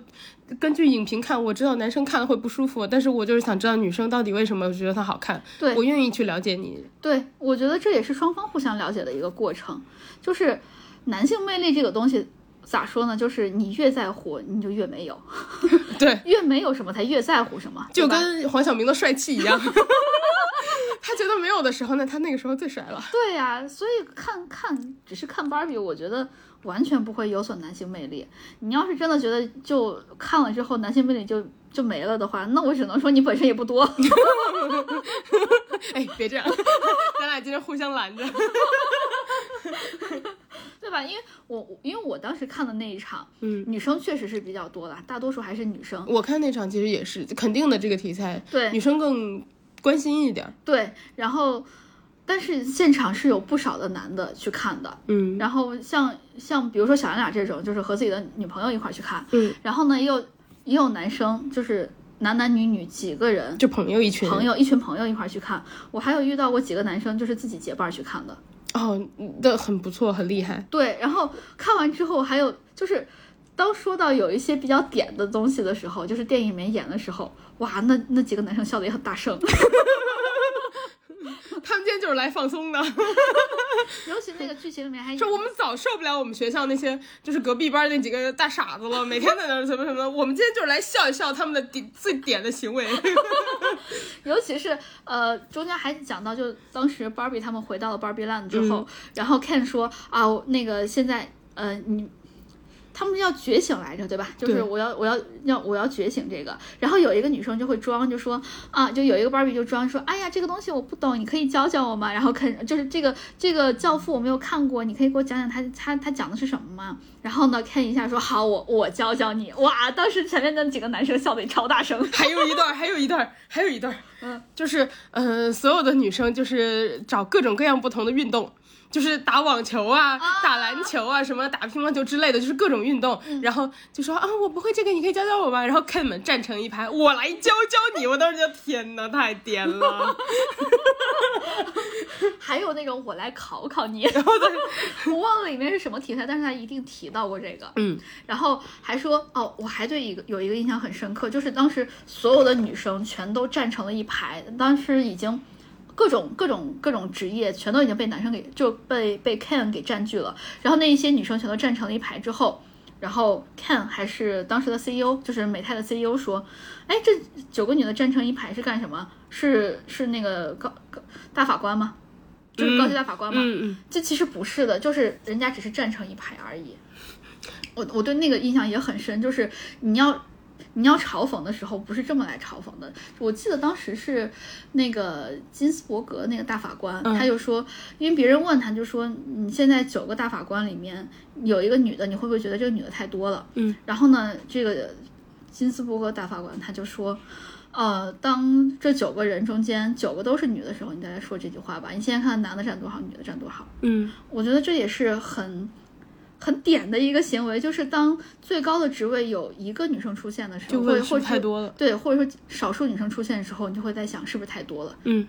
[SPEAKER 1] 根据影评看，我知道男生看了会不舒服，但是我就是想知道女生到底为什么觉得它好看，
[SPEAKER 2] 对
[SPEAKER 1] 我愿意去了解你。
[SPEAKER 2] 对，我觉得这也是双方互相了解的一个过程。就是男性魅力这个东西，咋说呢？就是你越在乎，你就越没有；
[SPEAKER 1] (laughs) 对，
[SPEAKER 2] 越没有什么，才越在乎什么。
[SPEAKER 1] 就
[SPEAKER 2] 对吧
[SPEAKER 1] 跟黄晓明的帅气一样。 (laughs) 他觉得没有的时候呢，他那个时候最帅了。
[SPEAKER 2] 对呀、所以看看只是看芭比，我觉得完全不会有损男性魅力。你要是真的觉得就看了之后男性魅力就就没了的话，那我只能说你本身也不多。
[SPEAKER 1] 哎，别这样， (laughs) 咱俩今天互相拦着。
[SPEAKER 2] 对吧？因为我我因为我当时看的那一场，
[SPEAKER 1] 嗯，
[SPEAKER 2] 女生确实是比较多的，大多数还是女生。
[SPEAKER 1] 我看那场其实也是肯定的，这个题材女
[SPEAKER 2] 对
[SPEAKER 1] 生更关心一点儿。
[SPEAKER 2] 对，然后但是现场是有不少的男的去看的，
[SPEAKER 1] 嗯
[SPEAKER 2] 然后像像比如说小安俩这种，就是和自己的女朋友一块儿去看，
[SPEAKER 1] 嗯，
[SPEAKER 2] 然后呢也有也有男生，就是男男女女几个人。
[SPEAKER 1] 就朋友一群
[SPEAKER 2] 朋友一群朋友一块儿去看，我还有遇到过几个男生，就是自己结伴儿去看的。
[SPEAKER 1] 哦，的很不错，很厉害。
[SPEAKER 2] 对，然后看完之后还有就是，当说到有一些比较点的东西的时候，就是电影里面演的时候，哇，那那几个男生笑的也很大声， (laughs)
[SPEAKER 1] 他们今天就是来放松的， (laughs)
[SPEAKER 2] 尤其那个剧情里面还
[SPEAKER 1] 说我们早受不了我们学校那些就是隔壁班那几个大傻子了，每天在那儿什么什么的。我们今天就是来笑一笑他们的点最点的行为。
[SPEAKER 2] 尤其是呃，中间还讲到，就当时 Barbie 他们回到了 Barbie Land 之后，然后 Ken 说啊，我那个现在呃你。他们要觉醒来着，对吧？就是
[SPEAKER 1] 对
[SPEAKER 2] 我要，我要，要，我要觉醒这个。然后有一个女生就会装，就说啊，就有一个 Barbie 就装说，哎呀，这个东西我不懂，你可以教教我吗？然后 Ken 就是这个这个教父我没有看过，你可以给我讲讲他他他讲的是什么吗？然后呢，Ken 一下说好，我我教教你。哇，当时前面那几个男生笑得也超大声。 (laughs)
[SPEAKER 1] 还有一段儿，还有一段儿，还有一段儿，
[SPEAKER 2] 嗯，
[SPEAKER 1] 就是呃，所有的女生就是找各种各样不同的运动。就是打网球啊，打篮球啊，什么打乒乓球之类的，就是各种运动。然后就说啊，我不会这个，你可以教教我吗？然后 Ken 们站成一排，我来教教你。我当时就天哪，太颠了。
[SPEAKER 2] 还有那种我来考考你， (laughs) 我忘了里面是什么题材，但是他一定提到过这个，
[SPEAKER 1] 嗯，
[SPEAKER 2] 然后还说哦，我还对一个有一个印象很深刻，就是当时所有的女生全都站成了一排，当时已经。各种各种各种职业全都已经被男生给就被被 Ken 给占据了，然后那一些女生全都站成了一排之后，然后 Ken 还是当时的 CEO，就是美泰的 CEO 说，哎，这九个女的站成一排是干什么？是是那个高高大法官吗？就是高级大法官吗？
[SPEAKER 1] 嗯嗯，
[SPEAKER 2] 这其实不是的，就是人家只是站成一排而已。我我对那个印象也很深，就是你要你要嘲讽的时候，不是这么来嘲讽的。我记得当时是那个金斯伯格那个大法官，
[SPEAKER 1] 嗯
[SPEAKER 2] 他就说，因为别人问他就说，你现在九个大法官里面有一个女的，你会不会觉得这个女的太多了？
[SPEAKER 1] 嗯，
[SPEAKER 2] 然后呢，这个金斯伯格大法官，他就说，呃，当这九个人中间九个都是女的时候，你再来说这句话吧。你现在看男的占多少，女的占多少？
[SPEAKER 1] 嗯
[SPEAKER 2] 我觉得这也是很很点的一个行为，就是当最高的职位有一个女生出现的时
[SPEAKER 1] 就
[SPEAKER 2] 候，
[SPEAKER 1] 会
[SPEAKER 2] 或或
[SPEAKER 1] 是
[SPEAKER 2] 者
[SPEAKER 1] 太多了。
[SPEAKER 2] 对，或者说少数女生出现的时候，你就会在想是不是太多了？
[SPEAKER 1] 嗯，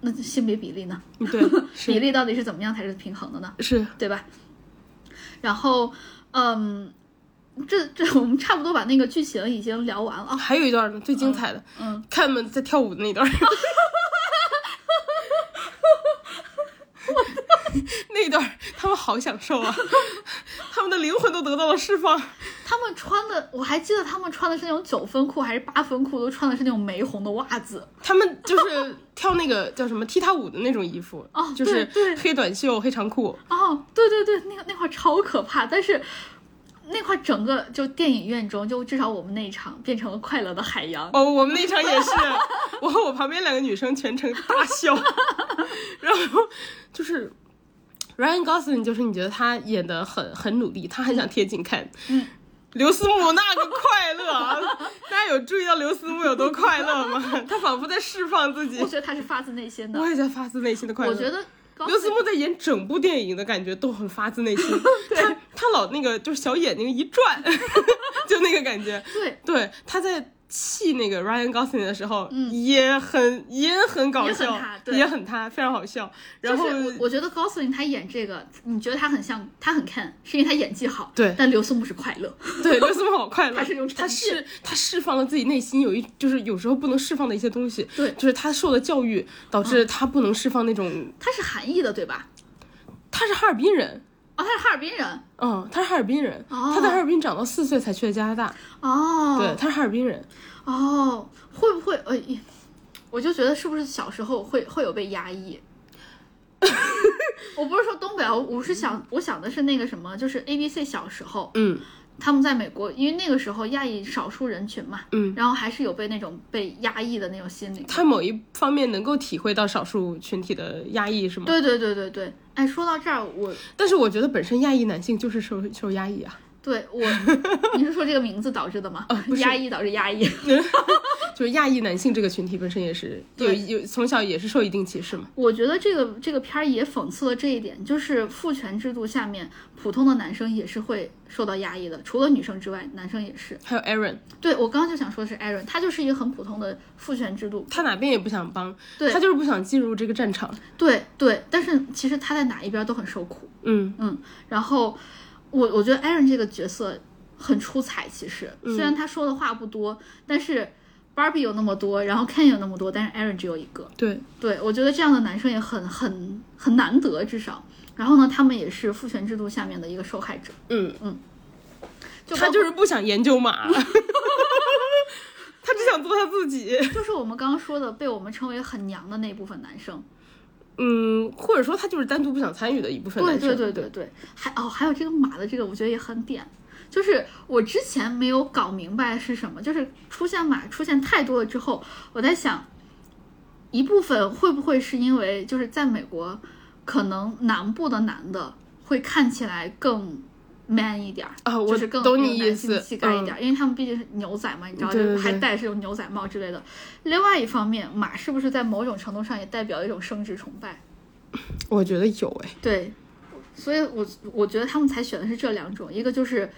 [SPEAKER 2] 那性别比例呢？
[SPEAKER 1] 对，
[SPEAKER 2] 比
[SPEAKER 1] 是
[SPEAKER 2] 例到底是怎么样才是平衡的呢？
[SPEAKER 1] 是，
[SPEAKER 2] 对吧？然后，嗯，这这我们差不多把那个剧情已经聊完了啊。
[SPEAKER 1] 还有一段呢，最精彩的，
[SPEAKER 2] 嗯，
[SPEAKER 1] 看他们在跳舞的那一段。 (laughs) 那一段儿他们好享受啊， (laughs) 他们的灵魂都得到了释放。
[SPEAKER 2] 他们穿的，我还记得他们穿的是那种九分裤还是八分裤，都穿的是那种玫红的袜子。
[SPEAKER 1] 他们就是跳那个叫什么踢踏舞的那种衣服，
[SPEAKER 2] 哦
[SPEAKER 1] 就是
[SPEAKER 2] 对对
[SPEAKER 1] 黑短袖、黑长裤。
[SPEAKER 2] 哦，对对对，那个那块儿超可怕，但是。那块儿整个就电影院中，就至少我们那一场变成了快乐的海洋。
[SPEAKER 1] 哦，我们那场也是，我和我旁边两个女生全程大笑， (laughs) 然后就是 Ryan Gosling，就是你觉得他演的很很努力，他很想贴近看，
[SPEAKER 2] 嗯。
[SPEAKER 1] 刘思慕那个快乐啊！大家有注意到刘思慕有多快乐吗？他仿佛在释放自己
[SPEAKER 2] 我，觉得他是发自内心的
[SPEAKER 1] 我，也在发自内心的快乐。
[SPEAKER 2] 我觉得高
[SPEAKER 1] 刘思慕在演整部电影的感觉都很发自内
[SPEAKER 2] (laughs)
[SPEAKER 1] 心，他他老那个就是小眼睛一转， (laughs) 就那个感觉。
[SPEAKER 2] 对
[SPEAKER 1] 对，他在气那个 Ryan Gosling 的时候，也很也很搞笑，
[SPEAKER 2] 嗯也很他对
[SPEAKER 1] 很他非常好笑。然后、
[SPEAKER 2] 就是我我觉得高司令他演这个，你觉得他很像他很 can，是因为他演技好。
[SPEAKER 1] 对
[SPEAKER 2] 但刘松木是快乐。
[SPEAKER 1] (laughs) 对刘思慕好快乐，
[SPEAKER 2] 他是有
[SPEAKER 1] 他
[SPEAKER 2] 诚信
[SPEAKER 1] 释他释放了自己内心有一就是有时候不能释放的一些东西，
[SPEAKER 2] 对嗯
[SPEAKER 1] 就是他受的教育导致他不能释放那种，
[SPEAKER 2] 他是韩裔的对吧？
[SPEAKER 1] 他是哈尔滨人。
[SPEAKER 2] 哦，他是哈尔滨人。
[SPEAKER 1] 嗯，他是哈尔滨人，
[SPEAKER 2] 哦
[SPEAKER 1] 他在哈尔滨长到四岁才去的加拿大。
[SPEAKER 2] 哦，
[SPEAKER 1] 对，，他是哈尔滨人。
[SPEAKER 2] 哦，会不会呃，也我就觉得是不是小时候会会有被压
[SPEAKER 1] (laughs)
[SPEAKER 2] 抑？我不是说东北啊，我我是想我想的是那个什么，就是 A B C 小时候
[SPEAKER 1] 嗯
[SPEAKER 2] 他们在美国，因为那个时候亚裔少数人群嘛，
[SPEAKER 1] 嗯，
[SPEAKER 2] 然后还是有被那种被压抑的那种心理。
[SPEAKER 1] 他某一方面能够体会到少数群体的压抑，是吗？。
[SPEAKER 2] 对对对对对，哎，说到这儿，我
[SPEAKER 1] 但是我觉得本身亚裔男性就是受受压抑啊，
[SPEAKER 2] 对
[SPEAKER 1] (laughs)
[SPEAKER 2] 我，你是说这个名字导致的吗？
[SPEAKER 1] 哦不是
[SPEAKER 2] 压抑导致压抑。
[SPEAKER 1] 就是亚裔男性这个群体本身也是有
[SPEAKER 2] 对
[SPEAKER 1] 有从小也是受一定歧视嘛。
[SPEAKER 2] 我觉得这个这个片儿也讽刺了这一点，就是父权制度下面，普通的男生也是会受到压抑的，除了女生之外，男生也是。
[SPEAKER 1] 还有 Aaron，
[SPEAKER 2] 对我刚刚就想说的是 Aaron，他就是一个很普通的父权制度。
[SPEAKER 1] 他哪边也不想帮，
[SPEAKER 2] 对
[SPEAKER 1] 他就是不想进入这个战场。
[SPEAKER 2] 对对，但是其实他在哪一边都很受苦。
[SPEAKER 1] 嗯
[SPEAKER 2] 嗯，然后我我觉得 Aaron 这个角色很出彩，其实
[SPEAKER 1] 嗯
[SPEAKER 2] 虽然他说的话不多，但是 Barbie 有那么多，然后 Ken 有那么多，但是 Aaron 只有一个。
[SPEAKER 1] 对，
[SPEAKER 2] 对，我觉得这样的男生也很很很难得，至少。然后呢，他们也是父权制度下面的一个受害者，
[SPEAKER 1] 嗯，
[SPEAKER 2] 就
[SPEAKER 1] 他
[SPEAKER 2] 包
[SPEAKER 1] 就是不想研究
[SPEAKER 2] (laughs)
[SPEAKER 1] 马，他只想做他自己。
[SPEAKER 2] 就是我们刚刚说的被我们称为很娘的那部分男生。
[SPEAKER 1] 嗯，或者说他就是单独不想参与的一部分
[SPEAKER 2] 对
[SPEAKER 1] 男生。
[SPEAKER 2] 对对对对，还哦还有这个马的这个，我觉得也很点。就是我之前没有搞明白是什么，就是出现马出现太多了之后，我在想，一部分会不会是因为就是在美国，可能南部的男的会看起来更 man 一点儿
[SPEAKER 1] 啊我
[SPEAKER 2] 就是更
[SPEAKER 1] 懂
[SPEAKER 2] 有
[SPEAKER 1] 你意
[SPEAKER 2] 男性
[SPEAKER 1] 思
[SPEAKER 2] 气概一
[SPEAKER 1] 嗯
[SPEAKER 2] 点儿，因为他们毕竟是牛仔嘛，你知道，
[SPEAKER 1] 对
[SPEAKER 2] 就
[SPEAKER 1] 对
[SPEAKER 2] 还
[SPEAKER 1] 对
[SPEAKER 2] 戴是种牛仔帽之类的。另外一方面，马是不是在某种程度上也代表一种生殖崇拜？
[SPEAKER 1] 我觉得有哎，
[SPEAKER 2] 对，所以我我觉得他们才选的是这两种，一个就是，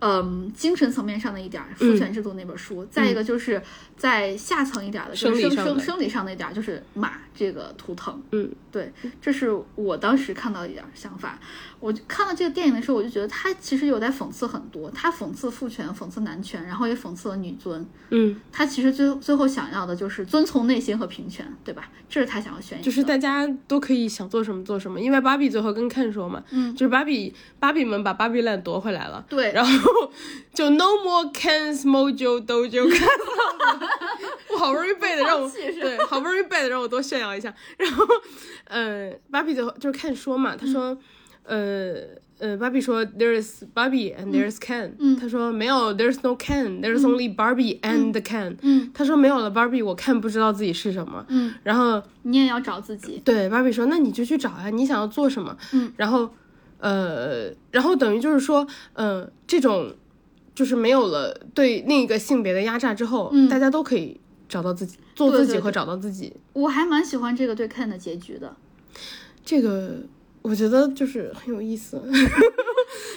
[SPEAKER 2] 嗯，精神层面上的一点儿《父
[SPEAKER 1] 嗯
[SPEAKER 2] 权制度》那本书，再一个就是在下层一点儿的，就是
[SPEAKER 1] 生理
[SPEAKER 2] 生
[SPEAKER 1] 上的
[SPEAKER 2] 生生理上的一点儿，就是马这个图腾。
[SPEAKER 1] 嗯，
[SPEAKER 2] 对，这是我当时看到的一点儿想法。我就看到这个电影的时候，我就觉得他其实有在讽刺很多，他讽刺父权，讽刺男权，然后也讽刺了女尊。
[SPEAKER 1] 嗯，
[SPEAKER 2] 他其实最最后想要的就是遵从内心和平权，对吧？这是他想要宣扬的。
[SPEAKER 1] 就是大家都可以想做什么做什么，因为芭比最后跟 Ken 说嘛，
[SPEAKER 2] 嗯
[SPEAKER 1] 就是芭比芭比们把芭比 land 夺回来了，
[SPEAKER 2] 对，
[SPEAKER 1] 然后就 no more Ken's mojo dojo Ken's，我好不容易背的让我
[SPEAKER 2] 好气势
[SPEAKER 1] 对，好不容易背的让我多炫耀一下，然后呃，芭比最后就是 Ken 说嘛，他
[SPEAKER 2] 嗯
[SPEAKER 1] 说、呃呃，芭比说 there's Barbie and there's Ken，、他说没有 there's no Ken，there's only Barbie and Ken，
[SPEAKER 2] 嗯嗯
[SPEAKER 1] 他说没有了 Barbie，我 Ken 不知道自己是什么，
[SPEAKER 2] 嗯，
[SPEAKER 1] 然后。
[SPEAKER 2] 你也要找自己。
[SPEAKER 1] 对，芭比说：“那你就去找呀、你想要做什么？”
[SPEAKER 2] 嗯，
[SPEAKER 1] 然后，呃，然后等于就是说，呃，这种就是没有了对另一个性别的压榨之后，
[SPEAKER 2] 嗯
[SPEAKER 1] 大家都可以找到自己，做
[SPEAKER 2] 对
[SPEAKER 1] 自
[SPEAKER 2] 对
[SPEAKER 1] 己和
[SPEAKER 2] 对
[SPEAKER 1] 找到自己。
[SPEAKER 2] 我还蛮喜欢这个对 Ken 的结局的。
[SPEAKER 1] 这个我觉得就是很有意思， (laughs)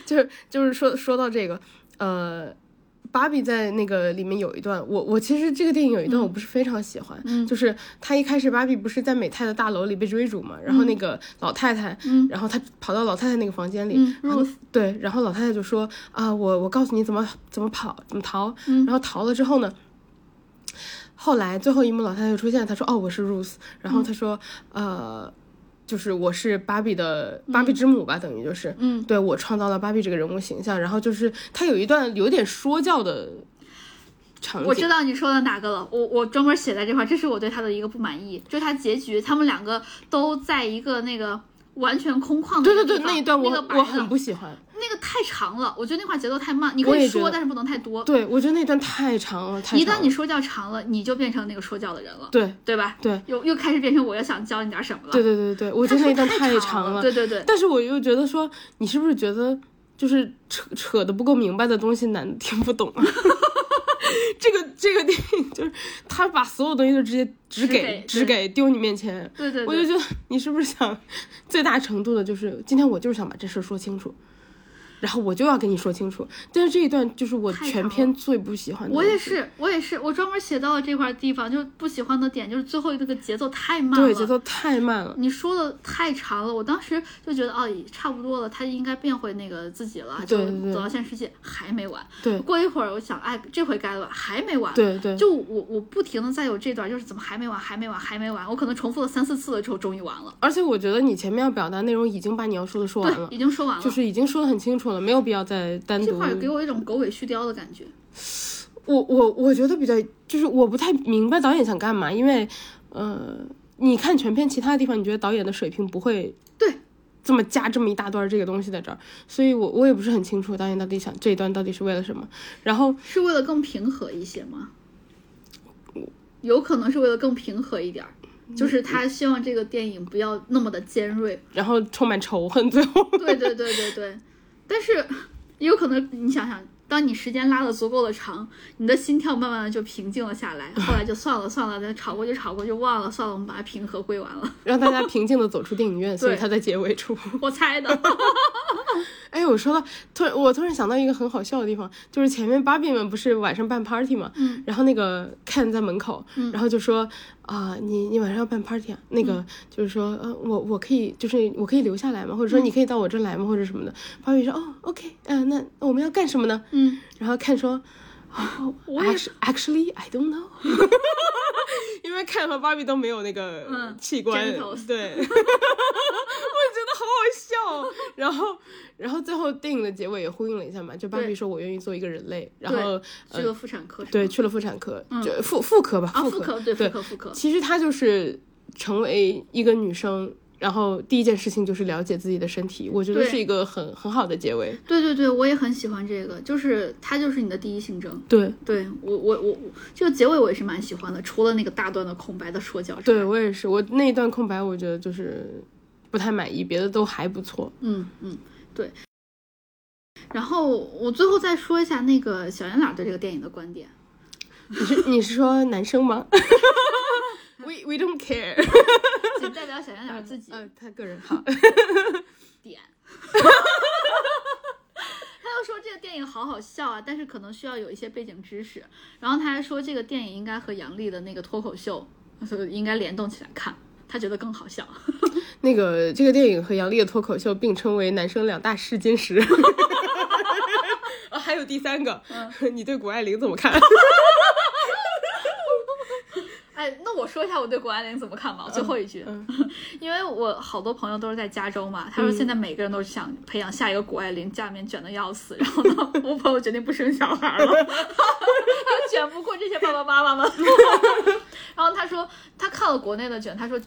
[SPEAKER 1] 就是就是说说到这个，呃，芭比在那个里面有一段，我我其实这个电影有一段我不是非常喜欢，
[SPEAKER 2] 嗯
[SPEAKER 1] 就是她一开始芭比不是在美泰的大楼里被追逐嘛，然后那个老太太，
[SPEAKER 2] 嗯
[SPEAKER 1] 然后她跑到老太太那个房间里，
[SPEAKER 2] 嗯
[SPEAKER 1] 然后
[SPEAKER 2] ，Ruth
[SPEAKER 1] 对，然后老太太就说啊，我我告诉你怎么怎么跑，怎么逃，
[SPEAKER 2] 嗯
[SPEAKER 1] 然后逃了之后呢，后来最后一幕老太太就出现，她说哦我是 Ruth，然
[SPEAKER 2] 嗯
[SPEAKER 1] 后她说、呃就是我是芭比的芭比之母吧，等于就是。
[SPEAKER 2] 嗯，
[SPEAKER 1] 对我创造了芭比这个人物形象，然后就是她有一段有点说教的场景，
[SPEAKER 2] 我知道你说的哪个了，我我专门写在这块儿，这是我对他的一个不满意，就是他结局他们两个都在一个那个完全空旷的
[SPEAKER 1] 对
[SPEAKER 2] 一个
[SPEAKER 1] 对对，
[SPEAKER 2] 地
[SPEAKER 1] 那
[SPEAKER 2] 方
[SPEAKER 1] 一段我、
[SPEAKER 2] 那个白
[SPEAKER 1] 我
[SPEAKER 2] 的
[SPEAKER 1] 很不喜欢，
[SPEAKER 2] 那个太长了，我觉得那块节奏太慢，你
[SPEAKER 1] 我
[SPEAKER 2] 可以
[SPEAKER 1] 也觉
[SPEAKER 2] 说，
[SPEAKER 1] 得
[SPEAKER 2] 但是不能太多。
[SPEAKER 1] 对我觉得那段太长了，太长
[SPEAKER 2] 一旦你
[SPEAKER 1] 了
[SPEAKER 2] 说教长了，你就变成那个说教的人了，
[SPEAKER 1] 对
[SPEAKER 2] 对吧？
[SPEAKER 1] 对
[SPEAKER 2] 又又开始变成我要想教你点什么了。
[SPEAKER 1] 对对对对，我觉
[SPEAKER 2] 他
[SPEAKER 1] 得
[SPEAKER 2] 说
[SPEAKER 1] 那一段
[SPEAKER 2] 太
[SPEAKER 1] 长
[SPEAKER 2] 了，对
[SPEAKER 1] (laughs)
[SPEAKER 2] 对对。
[SPEAKER 1] 但是我又觉得说，你是不是觉得就是扯扯的不够明白的东西，男的听不懂啊？ (laughs) 这个这个电影就是他把所有东西都直接只
[SPEAKER 2] 只
[SPEAKER 1] 给
[SPEAKER 2] 给
[SPEAKER 1] 只给丢你面前，
[SPEAKER 2] 对对
[SPEAKER 1] 我就
[SPEAKER 2] 对，
[SPEAKER 1] 觉得你是不是想最大程度的就是今天我就是想把这事儿说清楚。然后我就要跟你说清楚，但是这一段就是我
[SPEAKER 2] 太
[SPEAKER 1] 全
[SPEAKER 2] 长
[SPEAKER 1] 片最不喜欢的。
[SPEAKER 2] 我也，是，我也是，我专门写到了这块地方，就是不喜欢的点，就是最后那个节奏太慢了。
[SPEAKER 1] 对，节奏太慢了。
[SPEAKER 2] 你说的太长了，我当时就觉得哦，也差不多了，他应该变回那个自己了，就
[SPEAKER 1] 对对对
[SPEAKER 2] 走到现实世界，还没完。
[SPEAKER 1] 对
[SPEAKER 2] 过一会儿我想，哎，这回该了，还没完。
[SPEAKER 1] 对对，
[SPEAKER 2] 嗯就我我不停的在有这段，就是怎么还没完，还没完，还没完。我可能重复了三四次了之后，终于完了。
[SPEAKER 1] 而且我觉得你前面要表达内容已经把你要说的说完了
[SPEAKER 2] 对，，已经说完了。
[SPEAKER 1] 嗯就是已经说的很清楚了，没有必要再单
[SPEAKER 2] 这
[SPEAKER 1] 独
[SPEAKER 2] 块儿给我一种狗尾续貂的感觉。
[SPEAKER 1] 我我我觉得比较就是我不太明白导演想干嘛，因为呃，你看全片其他地方，你觉得导演的水平不会
[SPEAKER 2] 对
[SPEAKER 1] 这么加这么一大段这个东西在这儿，所以我我也不是很清楚导演到底想这一段到底是为了什么。然后
[SPEAKER 2] 是为了更平和一些吗？有可能是为了更平和一点儿，就是他希望这个电影不要那么的尖锐。
[SPEAKER 1] 然后充满仇恨，最后 (laughs)
[SPEAKER 2] 对对对对对，但是也有可能你想想，当你时间拉的足够的长，你的心跳慢慢的就平静了下来，后来就算了算了，那吵过就吵过就忘了，算了，我们把它平和归完了。
[SPEAKER 1] 让大家平静的走出电影院，所以他在结尾处。
[SPEAKER 2] 我猜
[SPEAKER 1] (laughs)
[SPEAKER 2] 的，
[SPEAKER 1] 哎，我说到突然，我突然想到一个很好笑的地方，就是前面芭比们不是晚上办 party 嘛，
[SPEAKER 2] 嗯
[SPEAKER 1] 然后那个 Ken 在门口，
[SPEAKER 2] 嗯
[SPEAKER 1] 然后就说啊、你你晚上要办 party 啊，那个、就是说，呃，我我可以就是我可以留下来吗？或者说
[SPEAKER 2] 嗯
[SPEAKER 1] 你可以到我这来吗？或者什么的。芭比说，哦，OK，嗯、那那我们要干什么呢？
[SPEAKER 2] 嗯，
[SPEAKER 1] 然后 Ken 说。哦、
[SPEAKER 2] 我
[SPEAKER 1] a
[SPEAKER 2] 也
[SPEAKER 1] c t actually I don't know，因为 Ken 和芭比都没有那个
[SPEAKER 2] 嗯
[SPEAKER 1] 器官，
[SPEAKER 2] genitals (laughs)
[SPEAKER 1] 对， (laughs) 我觉得好好笑哦。然后，然后最后电影的结尾也呼应了一下嘛，就芭比
[SPEAKER 2] 对
[SPEAKER 1] 说我愿意做一个人类，然
[SPEAKER 2] 对
[SPEAKER 1] 后呃
[SPEAKER 2] 去了妇产科是吗
[SPEAKER 1] 对去了妇产科，就妇妇科吧，
[SPEAKER 2] 啊，妇
[SPEAKER 1] 妇
[SPEAKER 2] 科对
[SPEAKER 1] 对
[SPEAKER 2] 妇科妇科，
[SPEAKER 1] 其实她就是成为一个女生。然后第一件事情就是了解自己的身体，我觉得
[SPEAKER 2] 对
[SPEAKER 1] 是一个很很好的结尾。
[SPEAKER 2] 对对对，我也很喜欢这个，就是它就是你的第一性征。
[SPEAKER 1] 对，
[SPEAKER 2] 对我我我我这个结尾我也是蛮喜欢的，除了那个大段的空白的说教之外
[SPEAKER 1] 对我也是，我那一段空白我觉得就是不太满意，别的都还不错。
[SPEAKER 2] 嗯，嗯，对。然后我最后再说一下那个小圆脸对这个电影的
[SPEAKER 1] (laughs)
[SPEAKER 2] 观点。
[SPEAKER 1] 你是你是说男生吗 (laughs) ？We we don't care
[SPEAKER 2] 仅代表小圆脸自己
[SPEAKER 1] 呃，他个人好。
[SPEAKER 2] 点。他又说这个电影好好笑啊，但是可能需要有一些背景知识。然后他还说这个电影应该和杨笠的那个脱口秀，所以应该联动起来看，他觉得更好笑。
[SPEAKER 1] 那个这个电影和杨笠的脱口秀并称为男生两大试金石。 (laughs) 啊，还有第三个，
[SPEAKER 2] 嗯
[SPEAKER 1] (laughs) 你对谷爱凌怎么看？ (laughs)
[SPEAKER 2] 哎，那我说一下我对谷爱凌怎么看吧，最后一句，
[SPEAKER 1] 嗯
[SPEAKER 2] (laughs) 因为我好多朋友都是在加州嘛，他说现在
[SPEAKER 1] 嗯
[SPEAKER 2] 每个人都想培养下一个谷爱凌，家里面卷的要死，然后呢，我朋友决定不生小孩了， (laughs) 他卷不过这些爸爸妈妈们， (laughs) 然后他说他看了国内的卷，他说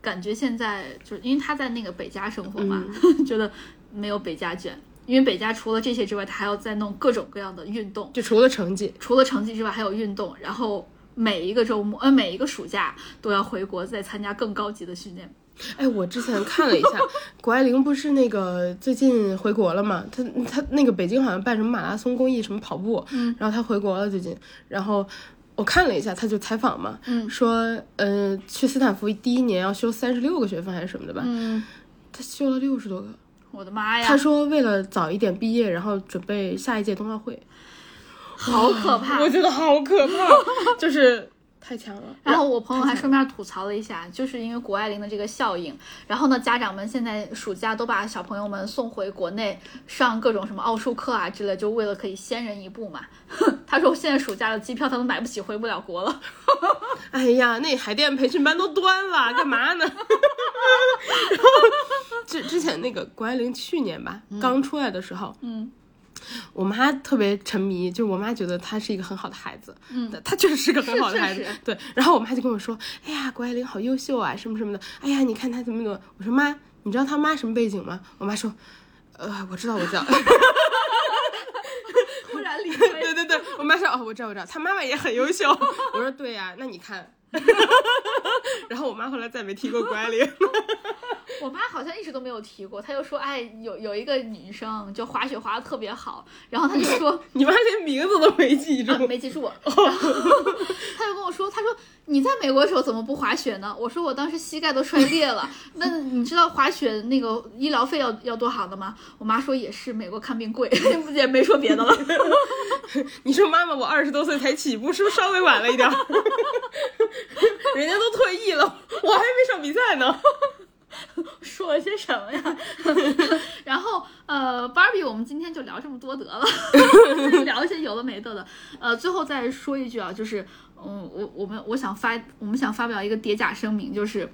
[SPEAKER 2] 感觉现在就是因为他在那个北加生活嘛，
[SPEAKER 1] 嗯
[SPEAKER 2] (laughs) 觉得没有北加卷。因为北加除了这些之外，他还要再弄各种各样的运动，
[SPEAKER 1] 就除了成绩，
[SPEAKER 2] 除了成绩之外，还有运动，然后每一个周末，呃，每一个暑假都要回国再参加更高级的训练。
[SPEAKER 1] 哎，我之前看了一下，谷爱凌不是那个最近回国了嘛？她她那个北京好像办什么马拉松公益什么跑步，
[SPEAKER 2] 嗯
[SPEAKER 1] 然后她回国了最近，然后我看了一下，她就采访嘛，
[SPEAKER 2] 嗯
[SPEAKER 1] 说呃去斯坦福第一年要修三十六个学分还是什么的吧，
[SPEAKER 2] 嗯，
[SPEAKER 1] 她修了六十多个。
[SPEAKER 2] 我的妈呀，
[SPEAKER 1] 她说为了早一点毕业，然后准备下一届冬奥会，
[SPEAKER 2] 好可怕。
[SPEAKER 1] 我觉得好可怕，就是太强 (laughs) 了。
[SPEAKER 2] 然后我朋友还顺便吐槽了一下，就是因为谷爱凌的这个效应，然后呢，家长们现在暑假都把小朋友们送回国内上各种什么奥数课啊之类，就为了可以先人一步嘛。 (laughs) 他说现在暑假的机票他都买不起，回不了国了。
[SPEAKER 1] 哎呀，那海淀培训班都端了，干嘛呢？然 (laughs) 后之之前那个谷爱凌去年吧、刚出来的时候，
[SPEAKER 2] 嗯，
[SPEAKER 1] 我妈特别沉迷，就我妈觉得她是一个很好的孩子，嗯，她确实是个很好的孩子
[SPEAKER 2] 是是是，
[SPEAKER 1] 对。然后我妈就跟我说，哎呀，谷爱凌好优秀啊，什么什么的，哎呀，你看她怎么怎么。我说妈，你知道她妈什么背景吗？我妈说，呃，我知道，我知道。 (laughs)
[SPEAKER 2] 突然理亏。
[SPEAKER 1] 对对对，我妈说哦，我知道我知道，她妈妈也很优秀。 (laughs) 我说对呀、那你看。 (laughs) 然后我妈后来再没提过谷爱凌。
[SPEAKER 2] 我妈好像一直都没有提过，她就说，哎，有有一个女生就滑雪滑的特别好，然后她就说，
[SPEAKER 1] (laughs) 你妈连名字都没记住
[SPEAKER 2] 啊，没记住。然后 (laughs) 他就跟我说，他说你在美国的时候怎么不滑雪呢？我说我当时膝盖都摔裂了。 (laughs) 那你知道滑雪那个医疗费要要多少的吗？我妈说也是，美国看病贵， (laughs) 也没说别的了。
[SPEAKER 1] (laughs) 你说妈妈，我二十多岁才起步，是不是稍微晚了一点儿？ (laughs) 人家都退役了，我还没上比赛呢。
[SPEAKER 2] 说了些什么呀？然后呃，芭比，我们今天就聊这么多得了，聊一些有的没的的。呃，最后再说一句啊，就是嗯，我我们我想发，我们想发表一个叠假声明，就是。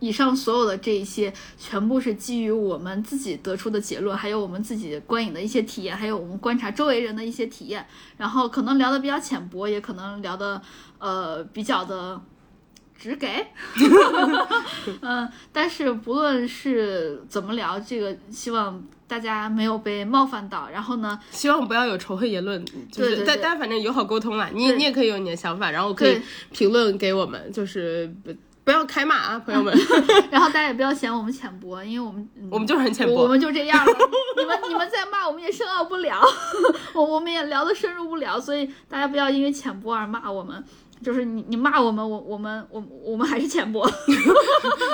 [SPEAKER 2] 以上所有的这一些，全部是基于我们自己得出的结论，还有我们自己观影的一些体验，还有我们观察周围人的一些体验。然后可能聊的比较浅薄，也可能聊的呃比较的直给，嗯，但是不论是怎么聊，这个希望大家没有被冒犯到。然后呢，
[SPEAKER 1] 希望不要有仇恨言论，就是
[SPEAKER 2] 对对
[SPEAKER 1] 但
[SPEAKER 2] 对
[SPEAKER 1] 但反正友好沟通啦。你也
[SPEAKER 2] 对
[SPEAKER 1] 你也可以有你的想法，然后可以
[SPEAKER 2] 对
[SPEAKER 1] 评论给我们，就是不不要开骂啊，朋友
[SPEAKER 2] (laughs)
[SPEAKER 1] 们，
[SPEAKER 2] 然后大家也不要嫌我们浅薄，因为我们嗯
[SPEAKER 1] 我们就是很浅
[SPEAKER 2] 我我
[SPEAKER 1] 薄。
[SPEAKER 2] 们就这
[SPEAKER 1] (laughs)
[SPEAKER 2] 样了。你们你们再骂我们也深奥不了， (laughs) 我我们也聊得深入不了，所以大家不要因为浅薄而骂我们。就是你你骂我们，我我们我我们还是
[SPEAKER 1] (laughs)
[SPEAKER 2] 浅薄。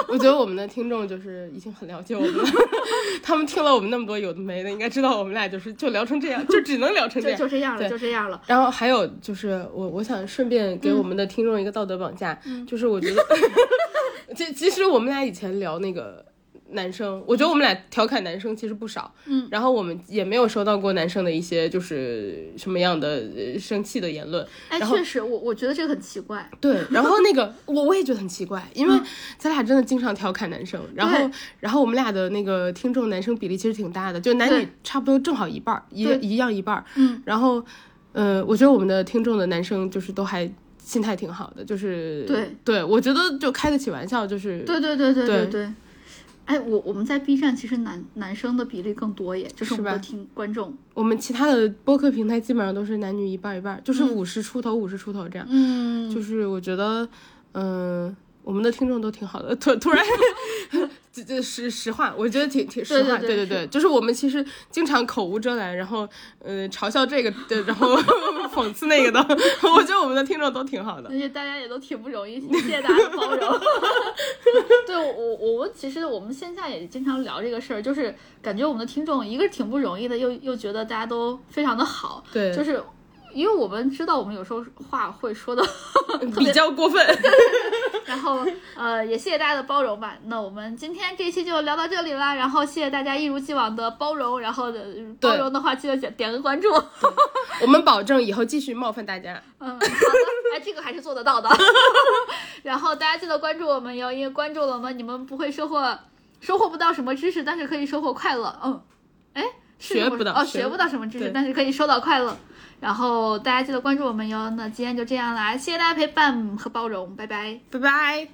[SPEAKER 1] 我觉得我们的听众就是已经很了解我们了， (laughs) 他们听了我们那么多有的没的，应该知道我们俩就是就聊成这
[SPEAKER 2] (laughs)
[SPEAKER 1] 样，就只能聊成这
[SPEAKER 2] 就
[SPEAKER 1] 样
[SPEAKER 2] 就。这样
[SPEAKER 1] 对
[SPEAKER 2] 了，就这样了。
[SPEAKER 1] 然后还有就是我，我想顺便给我们的听众一个道德绑架，
[SPEAKER 2] 嗯
[SPEAKER 1] 就是我觉得， (laughs) 其其实我们俩以前聊那个男生，我觉得我们俩调侃男生其实不少，
[SPEAKER 2] 嗯，
[SPEAKER 1] 然后我们也没有收到过男生的一些就是什么样的呃生气的言论，
[SPEAKER 2] 哎，
[SPEAKER 1] 然后
[SPEAKER 2] 确实，我我觉得这个很奇怪。 (laughs)
[SPEAKER 1] 对，然后那个我我也觉得很奇怪，因为咱俩真的经常调侃男生，然后
[SPEAKER 2] 嗯对
[SPEAKER 1] 然后我们俩的那个听众男生比例其实挺大的，就男女
[SPEAKER 2] 对
[SPEAKER 1] 差不多正好一半儿，一
[SPEAKER 2] 对
[SPEAKER 1] 一样一半儿。
[SPEAKER 2] 嗯，
[SPEAKER 1] 然后呃，我觉得我们的听众的男生就是都还心态挺好的，就是
[SPEAKER 2] 对
[SPEAKER 1] 对，我觉得就开得起玩笑，就是
[SPEAKER 2] 对对对对
[SPEAKER 1] 对
[SPEAKER 2] 对对。哎，我我们在 B 站其实男男生的比例更多耶，就是我
[SPEAKER 1] 是吧
[SPEAKER 2] 们的听观众。
[SPEAKER 1] 我们其他的播客平台基本上都是男女一半儿一半儿，就是五十出头五十出头这样。
[SPEAKER 2] 嗯，
[SPEAKER 1] 就是我觉得，嗯、我们的听众都挺好的。突突然， (laughs) 这这实实话，我觉得挺挺实话，
[SPEAKER 2] 对
[SPEAKER 1] 对对
[SPEAKER 2] 对对
[SPEAKER 1] 就是我们其实经常口无遮拦，然后呃嘲笑这个，对，然
[SPEAKER 2] (laughs)
[SPEAKER 1] 后讽刺那个的。我觉得我们的听众都挺好的
[SPEAKER 2] 而。且大家也都挺不容 (laughs) 易，谢谢大家的包容。 (laughs) 对我，我我其实我们线下也经常聊这个事儿，就是感觉我们的听众一个是挺不容易的，又又觉得大家都非常的好，
[SPEAKER 1] 对，
[SPEAKER 2] 就是因为我们知道我们有时候话会嗯说的
[SPEAKER 1] 比较过分。
[SPEAKER 2] (laughs) 然后呃，也谢谢大家的包容吧。那我们今天这一期就聊到这里啦，然后谢谢大家一如既往的包容，然后呃包容的话记得点点个关注。
[SPEAKER 1] 我们保证以后继续冒犯大家。
[SPEAKER 2] 嗯，好的，哎，这个还是做得到的。 (laughs) 然后大家记得关注我们哟，因为关注了我们，你们不会收获收获不到什么知识，但是可以收获快乐。嗯，哎，是
[SPEAKER 1] 学
[SPEAKER 2] 这么
[SPEAKER 1] 不到
[SPEAKER 2] 哦，
[SPEAKER 1] 学
[SPEAKER 2] 学不到什么知识
[SPEAKER 1] 对，
[SPEAKER 2] 但是可以收到快乐。然后大家记得关注我们哟。那今天就这样啦，谢谢大家陪伴和包容，拜拜。
[SPEAKER 1] 拜拜。